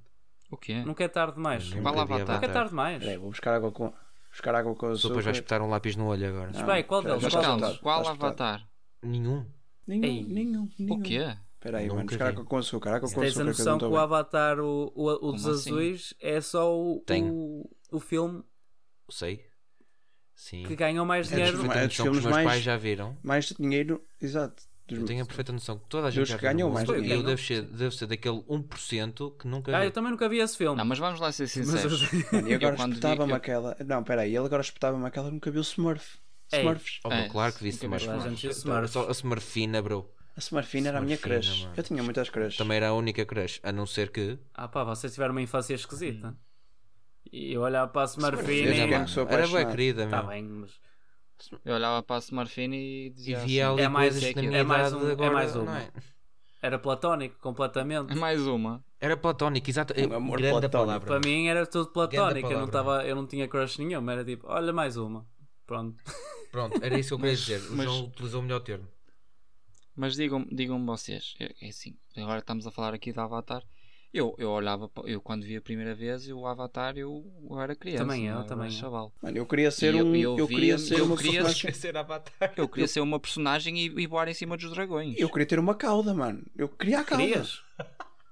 Speaker 1: O quê?
Speaker 2: Nunca é tarde demais.
Speaker 3: Eu
Speaker 1: Qual
Speaker 3: nunca vi
Speaker 1: Avatar?
Speaker 2: Nunca é tarde demais.
Speaker 4: Peraí, vou buscar água com. Buscar água com
Speaker 3: Sou depois
Speaker 4: açúcar.
Speaker 3: vai espetar um lápis no olho agora.
Speaker 4: Não,
Speaker 2: Espera aí, qual
Speaker 4: espera,
Speaker 2: deles?
Speaker 4: já
Speaker 1: Mas
Speaker 2: Qual
Speaker 1: calma,
Speaker 2: deles?
Speaker 4: está-
Speaker 1: qual
Speaker 4: já está.
Speaker 1: Avatar?
Speaker 3: Nenhum.
Speaker 2: Ei.
Speaker 4: Nenhum, nenhum, nenhum.
Speaker 1: O quê?
Speaker 4: Espera aí,
Speaker 3: Nunca
Speaker 4: mano. Buscar
Speaker 3: vi.
Speaker 4: água com açúcar. Água com
Speaker 2: Tens a
Speaker 4: açúcar. que eu
Speaker 2: noção
Speaker 4: não
Speaker 2: que
Speaker 4: tô
Speaker 2: o
Speaker 4: bem.
Speaker 2: Avatar, o, o, o dos
Speaker 1: Como assim?
Speaker 2: azuis, é só o,
Speaker 3: Tenho.
Speaker 2: o, o filme
Speaker 3: Sei. Sim.
Speaker 2: que ganhou mais
Speaker 4: É
Speaker 2: dinheiro.
Speaker 4: dos-
Speaker 3: Perfeita
Speaker 4: é dos
Speaker 3: noção que os
Speaker 4: filmes
Speaker 3: meus
Speaker 4: mais-
Speaker 3: pais já viram.
Speaker 4: Mais dinheiro, exato. dos-
Speaker 3: Eu tenho a perfeita noção que toda a gente
Speaker 4: Dos
Speaker 3: já
Speaker 4: que ganham
Speaker 3: viu
Speaker 4: mais
Speaker 3: e eu
Speaker 2: dinheiro.
Speaker 3: devo ser, devo ser daquele 1% que nunca
Speaker 2: Ah,
Speaker 3: vi.
Speaker 2: eu também nunca vi esse filme.
Speaker 1: Não, mas vamos lá ser sinceros.
Speaker 4: Mano, e agora
Speaker 1: quando vi-
Speaker 4: espetava-me
Speaker 1: eu-
Speaker 4: aquela. Não, peraí, ele agora espetava-me aquela nunca viu Smurf.
Speaker 2: Ei.
Speaker 4: Smurfs.
Speaker 3: Oh, meu,
Speaker 1: É,
Speaker 3: claro que vi
Speaker 1: nunca vi
Speaker 3: Smurf.
Speaker 2: Smurf. A gente viu
Speaker 3: Então, Só a Smurfina, bro.
Speaker 4: A Smurfina era a minha
Speaker 3: Smurfina,
Speaker 4: crush.
Speaker 3: mano.
Speaker 4: Eu tinha muitas crushes.
Speaker 3: Também era a única crush, a não ser que.
Speaker 2: Ah pá, vocês tiveram uma infância esquisita. E eu olhava para a Smurfina
Speaker 4: Smurfina,
Speaker 2: e...
Speaker 4: mano. sou
Speaker 3: era boa
Speaker 4: apaixonado.
Speaker 3: querida, meu.
Speaker 2: Está Tá bem, mas...
Speaker 1: Eu olhava para a Smurfine e
Speaker 3: E
Speaker 1: dizia.
Speaker 3: via
Speaker 1: assim,
Speaker 3: ali
Speaker 2: É mais-
Speaker 3: coisas que
Speaker 1: é
Speaker 3: na minha
Speaker 2: mais
Speaker 3: idade
Speaker 2: um- é
Speaker 3: agora,
Speaker 2: mais
Speaker 3: não
Speaker 2: uma.
Speaker 3: é?
Speaker 2: Era platónico, completamente.
Speaker 1: "É Mais uma.
Speaker 3: Era platónico, exato.
Speaker 4: Um amor
Speaker 3: grande
Speaker 4: platónico.
Speaker 3: palavra.
Speaker 2: Para mim era tudo
Speaker 3: Grande
Speaker 2: platónico. Eu
Speaker 3: palavra.
Speaker 2: não, tava, eu não tinha crush nenhum. Era tipo, olha mais uma. Pronto.
Speaker 3: Pronto, era isso que eu queria dizer. O
Speaker 1: mas-
Speaker 3: João utilizou o melhor termo.
Speaker 1: Mas digam- digam-me vocês, é é assim, agora estamos a falar aqui de Avatar. Eu, eu olhava, pa- eu quando vi a primeira vez, eu, o Avatar, eu, eu era criança.
Speaker 2: Também eu,
Speaker 1: não era
Speaker 2: também eu.
Speaker 1: chaval.
Speaker 4: Mano, eu queria ser
Speaker 1: E eu-
Speaker 4: um.
Speaker 1: e
Speaker 4: Eu,
Speaker 1: eu
Speaker 4: queria
Speaker 1: via-
Speaker 4: ser
Speaker 1: eu
Speaker 4: uma
Speaker 1: queria-
Speaker 4: personagem-
Speaker 3: Esquecer Avatar.
Speaker 1: Eu queria ser uma personagem e, e voar em cima dos dragões.
Speaker 4: Eu queria ter uma cauda, mano. Eu queria a cauda.
Speaker 2: Querias?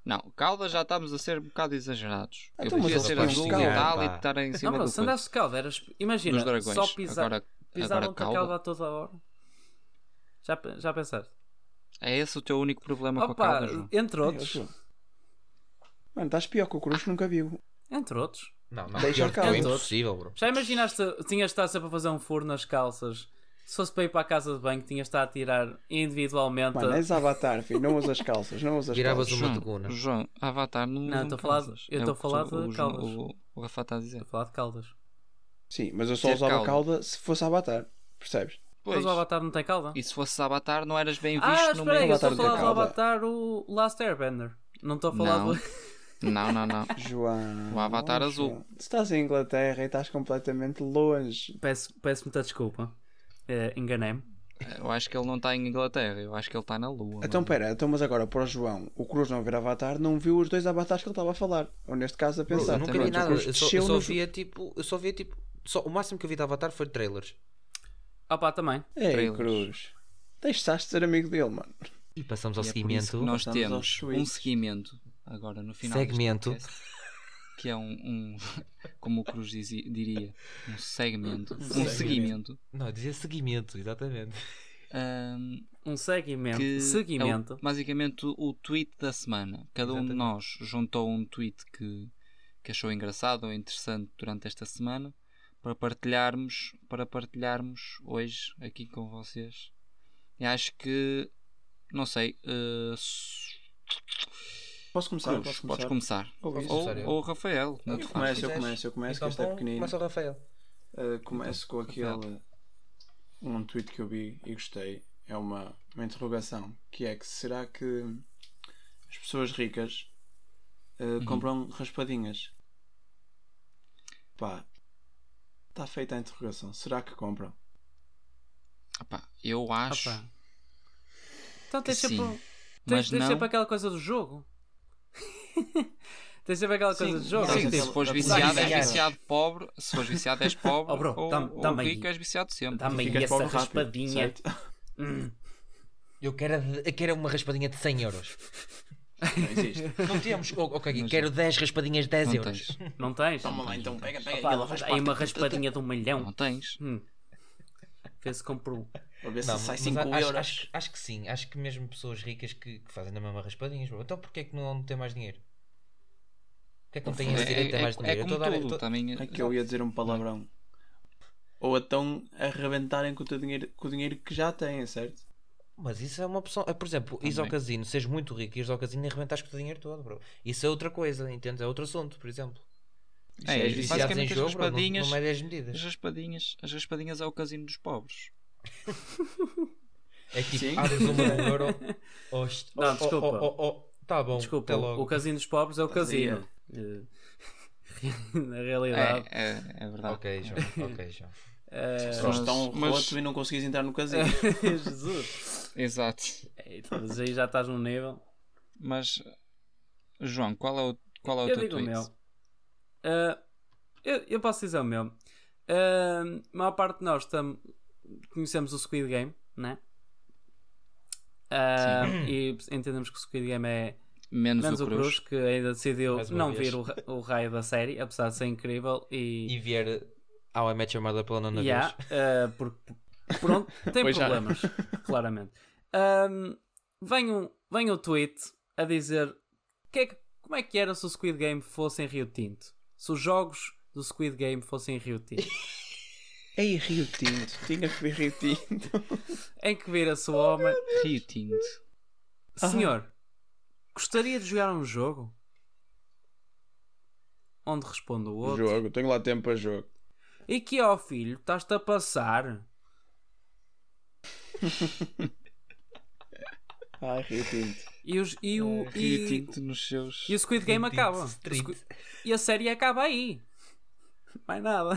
Speaker 1: Não, cauda já estamos a ser um bocado exagerados. Eu
Speaker 4: Então, mas
Speaker 1: podia
Speaker 4: eles
Speaker 1: ser
Speaker 4: põem
Speaker 1: azul e
Speaker 4: cauda.
Speaker 1: tal e
Speaker 3: Pá.
Speaker 1: estar em
Speaker 2: Não,
Speaker 1: cima
Speaker 2: não,
Speaker 1: do
Speaker 2: se
Speaker 1: coisa,
Speaker 2: andaste de calda, eras... Imagina,
Speaker 1: dos dragões.
Speaker 2: só pisar...
Speaker 1: Agora, agora
Speaker 2: Pisaram-te a cauda
Speaker 1: cauda.
Speaker 2: a toda a hora. Já, pe- já pensaste?
Speaker 1: É esse o teu único problema com a
Speaker 2: Opa,
Speaker 1: cauda, João?
Speaker 2: entre
Speaker 4: Eu
Speaker 2: outros.
Speaker 4: sou. Mano, estás pior que o Cruz nunca viu.
Speaker 2: Entre outros.
Speaker 3: Não, não, pior
Speaker 4: Deixa a
Speaker 3: que eu, é
Speaker 2: cauda.
Speaker 3: impossível, bro.
Speaker 2: Já imaginaste, tinhas de estar sempre a fazer um furo nas calças Se fosse para ir para a casa de banho, tinhas de estar a tirar individualmente.
Speaker 4: Mano, é és Avatar, filho. Não usas calças, não usas
Speaker 3: Viravas
Speaker 4: calças.
Speaker 3: uma deguna.
Speaker 1: João, João, Avatar não.
Speaker 2: Não,
Speaker 1: usam
Speaker 2: estou a falar de-
Speaker 1: calças.
Speaker 2: eu
Speaker 1: É
Speaker 2: estou
Speaker 1: o
Speaker 2: a
Speaker 1: que
Speaker 2: falar
Speaker 1: tu-
Speaker 2: de
Speaker 1: o João-
Speaker 2: caldas.
Speaker 1: O, o Rafa está a dizer.
Speaker 2: Estou a falar de caldas.
Speaker 4: Sim, mas eu só
Speaker 1: Ter
Speaker 4: usava
Speaker 1: calda.
Speaker 4: calda se fosse Avatar. Percebes?
Speaker 1: Pois.
Speaker 2: Mas o Avatar não tem calda?
Speaker 1: E se fosse Avatar, não eras bem visto
Speaker 2: Ah,
Speaker 1: no
Speaker 2: espera aí,
Speaker 1: meio
Speaker 2: eu estou a
Speaker 4: Avatar
Speaker 2: falar
Speaker 4: tem
Speaker 2: do
Speaker 4: calda.
Speaker 2: Avatar o Last Airbender. Não estou a falar
Speaker 1: Não.
Speaker 2: do.
Speaker 1: Não, não, não.
Speaker 4: João.
Speaker 1: O Avatar
Speaker 4: oh,
Speaker 1: azul.
Speaker 4: João. Estás em Inglaterra e estás completamente longe.
Speaker 2: Peço, peço muita desculpa. Eh, Enganei-me.
Speaker 1: Eu acho que ele não está em Inglaterra, eu acho que ele está na Lua.
Speaker 4: Então,
Speaker 1: mano.
Speaker 4: pera, então, mas agora para o João, o Cruz não ver Avatar, não viu os dois Avatares que ele estava a falar. Ou neste caso, a
Speaker 3: Bro,
Speaker 4: pensar.
Speaker 3: eu nunca vi
Speaker 4: Pronto, o
Speaker 3: nada.
Speaker 4: Cruz
Speaker 3: Eu só, eu
Speaker 4: desceu
Speaker 3: só
Speaker 4: no-
Speaker 3: via tipo. Eu só via tipo. Só, o máximo que eu vi de Avatar foi trailers.
Speaker 2: Ah pá, também.
Speaker 4: Ei,
Speaker 1: trailers.
Speaker 4: Cruz. Deixaste de ser amigo dele, mano.
Speaker 3: E passamos
Speaker 1: E
Speaker 3: ao
Speaker 1: é por isso
Speaker 3: seguimento.
Speaker 1: que nós
Speaker 4: Passamos aos
Speaker 1: temos um
Speaker 4: tweets.
Speaker 1: seguimento agora no final. deste
Speaker 3: Segmento.
Speaker 1: podcast, que é um, um- como o Cruz dizi- diria, um segmento, um
Speaker 3: Segmento.
Speaker 1: seguimento.
Speaker 3: Não, eu dizia seguimento, exatamente.
Speaker 1: ahm,
Speaker 2: Um seguimento.
Speaker 1: que
Speaker 2: seguimento.
Speaker 1: é o- basicamente o tweet da semana. Cada um de
Speaker 3: Exatamente.
Speaker 1: nós juntou um tweet que, que achou engraçado ou interessante durante esta semana para partilharmos, para partilharmos hoje aqui com vocês. E acho que não sei. eh, s-
Speaker 4: Posso começar?
Speaker 1: Cruz,
Speaker 4: Posso
Speaker 1: podes
Speaker 4: começar?
Speaker 1: começar.
Speaker 4: Ou isso?
Speaker 1: Ou,
Speaker 3: começar eu?
Speaker 1: ou Rafael, não te
Speaker 4: Eu
Speaker 1: faz.
Speaker 4: começo, eu
Speaker 3: Fizeste.
Speaker 4: começo, eu começo, que este é
Speaker 3: bom,
Speaker 4: pequenino.
Speaker 3: começa o Rafael.
Speaker 4: Uh, começo com
Speaker 1: Rafael.
Speaker 4: aquele. Um tweet que eu vi e gostei. É uma, uma interrogação. Que é que será que as pessoas ricas uh, compram raspadinhas? Pá. Está feita a interrogação. Será que compram?
Speaker 1: Opá, eu acho,
Speaker 2: Ah, pá. Então
Speaker 1: que
Speaker 2: tens sempre,
Speaker 1: sim.
Speaker 2: um-
Speaker 1: mas
Speaker 2: tens, tens
Speaker 1: não.
Speaker 2: sempre aquela coisa do jogo. tens sempre aquela coisa
Speaker 4: Sim,
Speaker 2: do jogo.
Speaker 1: Sim,
Speaker 4: Sim,
Speaker 1: Tá, se
Speaker 4: sim.
Speaker 1: fores
Speaker 4: Sim,
Speaker 1: viciado,
Speaker 4: sim.
Speaker 1: és
Speaker 4: Sim.
Speaker 1: viciado pobre. Se fores viciado, és pobre.
Speaker 2: Oh, bro,
Speaker 1: ou,
Speaker 2: dam-
Speaker 1: ou
Speaker 2: dam-me aí.
Speaker 1: rico, és viciado sempre.
Speaker 2: Dá-me aí
Speaker 4: Ficas
Speaker 2: essa
Speaker 4: pobre rápido,
Speaker 2: raspadinha.
Speaker 4: certo?
Speaker 2: Hum.
Speaker 3: Eu quero, de- eu quero uma raspadinha de 100 euros.
Speaker 4: Não existe.
Speaker 3: Não temos. Oh, ok,
Speaker 1: Mas-
Speaker 3: quero 10 raspadinhas de 10
Speaker 1: Não
Speaker 3: euros.
Speaker 1: tens.
Speaker 2: Não tens?
Speaker 4: Toma lá então, pega,
Speaker 2: Opa,
Speaker 4: pega aquela
Speaker 2: dá aí
Speaker 4: raspada.
Speaker 2: uma raspadinha de um milhão.
Speaker 1: Não tens.
Speaker 2: Hum. Vê se compro.
Speaker 4: Para ver se
Speaker 3: Não,
Speaker 4: sai
Speaker 3: mas
Speaker 4: 5
Speaker 3: acho,
Speaker 4: euros.
Speaker 3: Acho, acho que sim. Acho que mesmo pessoas ricas que, que fazem na mesma raspadinhas. bro. Então porquê é que não têm mais dinheiro? Porquê é que não têm esse direito de ter mais dinheiro?
Speaker 1: é
Speaker 3: eu
Speaker 1: como
Speaker 3: estou a dar-
Speaker 1: tudo,
Speaker 3: eu estou-
Speaker 1: também.
Speaker 4: É que eu ia dizer um palavrão. Ou então arrebentarem com o, teu dinheiro, com o dinheiro que já têm, certo?
Speaker 3: Mas isso é uma opção. É, por exemplo, ires ao
Speaker 1: Também.
Speaker 3: casino, seres muito rico, ires ao casino e arrebentares com o teu dinheiro todo, bro. Isso é outra coisa, entende? É outro assunto, por exemplo.
Speaker 4: Isso
Speaker 1: É,
Speaker 4: é
Speaker 1: isso.
Speaker 4: viciados
Speaker 3: Viciados em
Speaker 1: basicamente as
Speaker 3: jogo, bro, não,
Speaker 1: raspadinhas,
Speaker 3: não é 10
Speaker 1: as
Speaker 3: medidas.
Speaker 1: raspadinhas, as raspadinhas é o casino dos pobres.
Speaker 3: É que
Speaker 4: Sim.
Speaker 3: tipo, abres uma de um euro. Oh, isto-
Speaker 2: Não,
Speaker 3: oh,
Speaker 2: desculpa.
Speaker 3: Oh, oh, oh, Tá bom,
Speaker 2: Desculpa,
Speaker 3: até logo.
Speaker 2: o casino dos pobres é o casino. Eh, Na realidade.
Speaker 1: É, é, é verdade.
Speaker 3: Ok, João, ok, João.
Speaker 2: eh,
Speaker 4: Só estão
Speaker 1: mas-
Speaker 4: roto e não conseguis entrar no casino.
Speaker 1: É.
Speaker 2: Jesus.
Speaker 1: Exato.
Speaker 2: Ei, Mas aí já estás num nível.
Speaker 1: Mas, João, qual é o, qual é o
Speaker 2: Eu
Speaker 1: teu
Speaker 2: digo o
Speaker 1: tweet?
Speaker 2: meu. Ah, eu, eu posso dizer o meu. Ah, a maior parte de nós tam- conhecemos o Squid Game, né? Ah, e entendemos que o Squid Game é
Speaker 1: Menos,
Speaker 2: menos
Speaker 1: o Cruz.
Speaker 2: que ainda decidiu
Speaker 3: Mais uma
Speaker 2: não
Speaker 3: vez.
Speaker 2: ver o, ra- o raio da série, apesar de ser incrível. E,
Speaker 3: E vier ah, ao I Match Your Mother pela nona
Speaker 2: Yeah,
Speaker 3: vez.
Speaker 2: ah, porque, pronto, tem
Speaker 4: Pois já.
Speaker 2: problemas, claramente. Ahm, vem, um, vem um tweet a dizer que é que- como é que era se o Squid Game fosse em Rio Tinto? Se os jogos do Squid Game fossem em Rio Tinto,
Speaker 4: Ei, É Rio Tinto. Tinha que ver Rio Tinto.
Speaker 2: em que vira-se o
Speaker 4: Oh,
Speaker 2: homem,
Speaker 1: Rio Tinto.
Speaker 4: Ah.
Speaker 2: senhor, gostaria de jogar um jogo? Onde responde o outro,
Speaker 4: Jogo, tenho lá tempo para jogo.
Speaker 2: e que ó filho, estás-te a passar?
Speaker 4: Ai, Rio Tinto.
Speaker 2: E, os, e, o,
Speaker 1: Eh, Rio
Speaker 2: e,
Speaker 1: Tinto nos seus.
Speaker 2: e o Squid Game
Speaker 3: Tinto
Speaker 2: acaba. O
Speaker 3: Street.
Speaker 2: Squid- E a série acaba aí. Mais nada.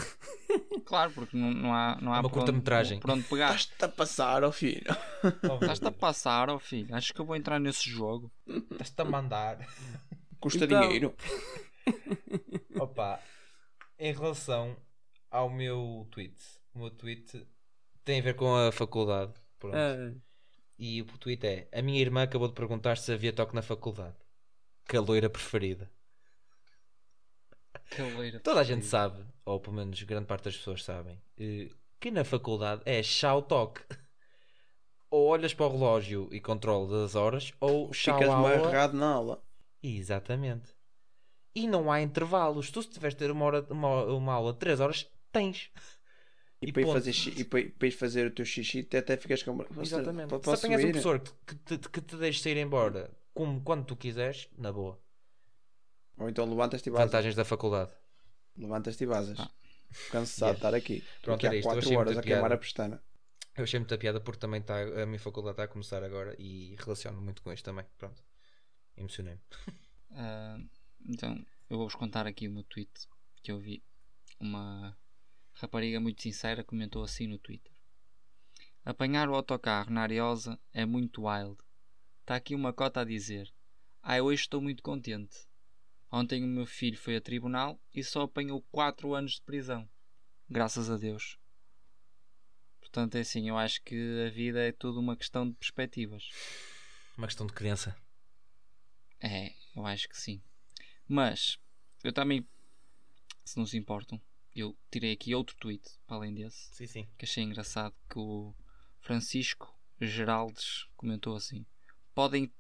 Speaker 1: Claro, porque não, não há, não há
Speaker 3: Uma
Speaker 1: por onde-
Speaker 3: curta-metragem.
Speaker 1: por onde pegar.
Speaker 4: Estás-te a passar, ó filho.
Speaker 1: Estás-te a passar, ó filho. Acho que eu vou entrar nesse jogo.
Speaker 3: Estás-te a mandar.
Speaker 4: Custa
Speaker 2: Então-
Speaker 4: dinheiro.
Speaker 3: Opa, em relação ao meu tweet, o meu tweet tem a ver com a faculdade. Pronto.
Speaker 2: Ah,
Speaker 3: E o tweet é: A minha irmã acabou de perguntar se havia toque na faculdade. Que a loira preferida.
Speaker 1: Caleira.
Speaker 3: Toda a gente sabe, ou pelo menos grande parte das pessoas sabem, eh, que na faculdade é chau toque. Ou olhas para o relógio e controle das horas, ou chau
Speaker 4: Ficas
Speaker 3: aula.
Speaker 4: marrado na aula.
Speaker 3: Exatamente. E não há intervalos. Tu, se tiveres de ter uma, hora, uma, uma aula de 3 horas, tens.
Speaker 4: E,
Speaker 3: E
Speaker 4: para ir,
Speaker 3: ponto.
Speaker 4: fazer, xi- e para, ir- para ir fazer o teu xixi, até, até ficas com. Posso-
Speaker 2: Exatamente.
Speaker 4: po-
Speaker 3: Se
Speaker 4: Posso
Speaker 3: apanhas um
Speaker 4: ir?
Speaker 3: professor que te, que te deixe sair embora como, quando tu quiseres, na boa.
Speaker 4: Ou então levantas-te e vazas.
Speaker 3: Vantagens da faculdade.
Speaker 4: Levantas-te e vazas.
Speaker 1: Ah.
Speaker 4: Cansado de
Speaker 3: Yeah.
Speaker 4: estar aqui.
Speaker 3: Pronto,
Speaker 4: Porque
Speaker 3: era
Speaker 4: há
Speaker 3: isto. Eu
Speaker 4: 4
Speaker 3: achei
Speaker 4: horas
Speaker 3: muita
Speaker 4: a queimar a
Speaker 3: piada.
Speaker 4: pestana.
Speaker 3: Eu achei muita piada porque também tá, a minha faculdade está a começar agora e relaciono muito com isto também. Pronto. Emocionei-me.
Speaker 1: Ah, então, eu vou-vos contar aqui o meu tweet que eu vi. Uma rapariga muito sincera comentou assim no Twitter: Apanhar o autocarro na Ariosa é muito wild. Está aqui uma cota a dizer: Ai, hoje estou muito contente. Ontem o meu filho foi a tribunal e só apanhou 4 anos de prisão. Graças a Deus. Portanto, é assim, eu acho que a vida é tudo uma questão de perspectivas.
Speaker 3: Uma questão de criança.
Speaker 1: É, eu acho que sim. Mas, eu também, se não se importam, eu tirei aqui outro tweet para além desse,
Speaker 3: Sim, sim.
Speaker 1: que achei engraçado, que o Francisco Geraldes comentou assim: Podem,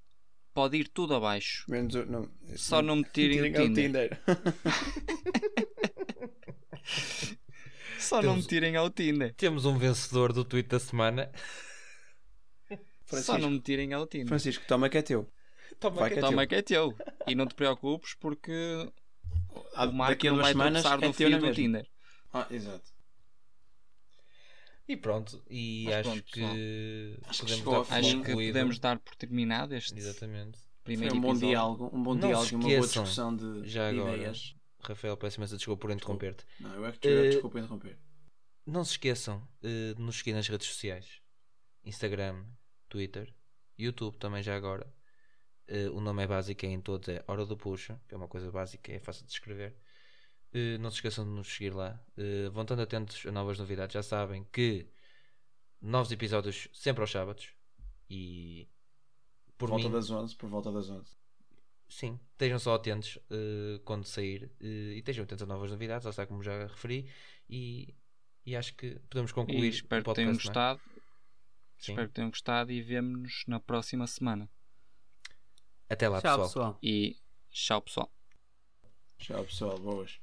Speaker 1: pode ir tudo abaixo,
Speaker 4: Menos o- não,
Speaker 1: só não me tirem o
Speaker 4: tirem ao
Speaker 1: Tinder.
Speaker 4: Tinder.
Speaker 1: Só não me
Speaker 3: Temos-
Speaker 1: tirem ao Tinder.
Speaker 3: Temos um vencedor do tweet da semana.
Speaker 1: Só não me tirem ao Tinder.
Speaker 4: Francisco, toma que é teu.
Speaker 3: Toma
Speaker 4: Vai
Speaker 3: que
Speaker 4: que é
Speaker 1: Toma que é teu. E não te preocupes porque
Speaker 4: Há-
Speaker 1: o Marco
Speaker 4: daqui a
Speaker 1: não
Speaker 4: duas
Speaker 1: vai
Speaker 4: semanas
Speaker 1: tropeçar
Speaker 4: é
Speaker 1: do
Speaker 4: teu na
Speaker 1: fio do
Speaker 4: mesma.
Speaker 1: Tinder.
Speaker 4: Ah, exato.
Speaker 3: E pronto. E
Speaker 1: Mas
Speaker 3: acho
Speaker 1: pronto,
Speaker 3: que
Speaker 4: Acho que
Speaker 3: podemos
Speaker 4: chegou
Speaker 3: dar
Speaker 4: ao
Speaker 3: por
Speaker 4: fim.
Speaker 1: Acho que
Speaker 3: concluído.
Speaker 1: podemos dar por terminado este
Speaker 3: Exatamente.
Speaker 1: primeiro
Speaker 4: Foi um bom
Speaker 1: episódio.
Speaker 4: diálogo, um bom
Speaker 3: Não se
Speaker 4: diálogo e uma boa
Speaker 3: esqueçam,
Speaker 4: discussão de,
Speaker 3: Já
Speaker 4: de
Speaker 3: agora.
Speaker 4: ideias.
Speaker 3: Rafael, peço imensa desculpa por interromper-te.
Speaker 4: Não, eu é que
Speaker 3: Eh,
Speaker 4: te, desculpa interromper.
Speaker 3: Não se esqueçam eh, de nos seguir nas redes sociais: Instagram, Twitter, YouTube também já agora. Eh, o nome é básico é em todos, é Hora do Puxa, que é uma coisa básica, é fácil de escrever. Eh, não se esqueçam de nos seguir lá. Eh, vão estando atentos a novas novidades. Já sabem que novos episódios sempre aos sábados. E
Speaker 4: Por
Speaker 3: por
Speaker 4: volta
Speaker 3: mim,
Speaker 4: das 11, por volta das 11.
Speaker 3: Sim, estejam só atentos eh, quando sair eh, e estejam atentos a novas novidades, lá está como já referi. E, e acho que podemos concluir.
Speaker 1: E
Speaker 3: o
Speaker 1: espero que
Speaker 3: podcast,
Speaker 1: tenham
Speaker 3: não é?
Speaker 1: gostado.
Speaker 3: Sim.
Speaker 1: Espero que tenham gostado e vemo-nos na próxima semana.
Speaker 3: Até lá,
Speaker 2: Tchau,
Speaker 3: pessoal.
Speaker 2: pessoal.
Speaker 1: E tchau, pessoal.
Speaker 4: Tchau, pessoal. Boas.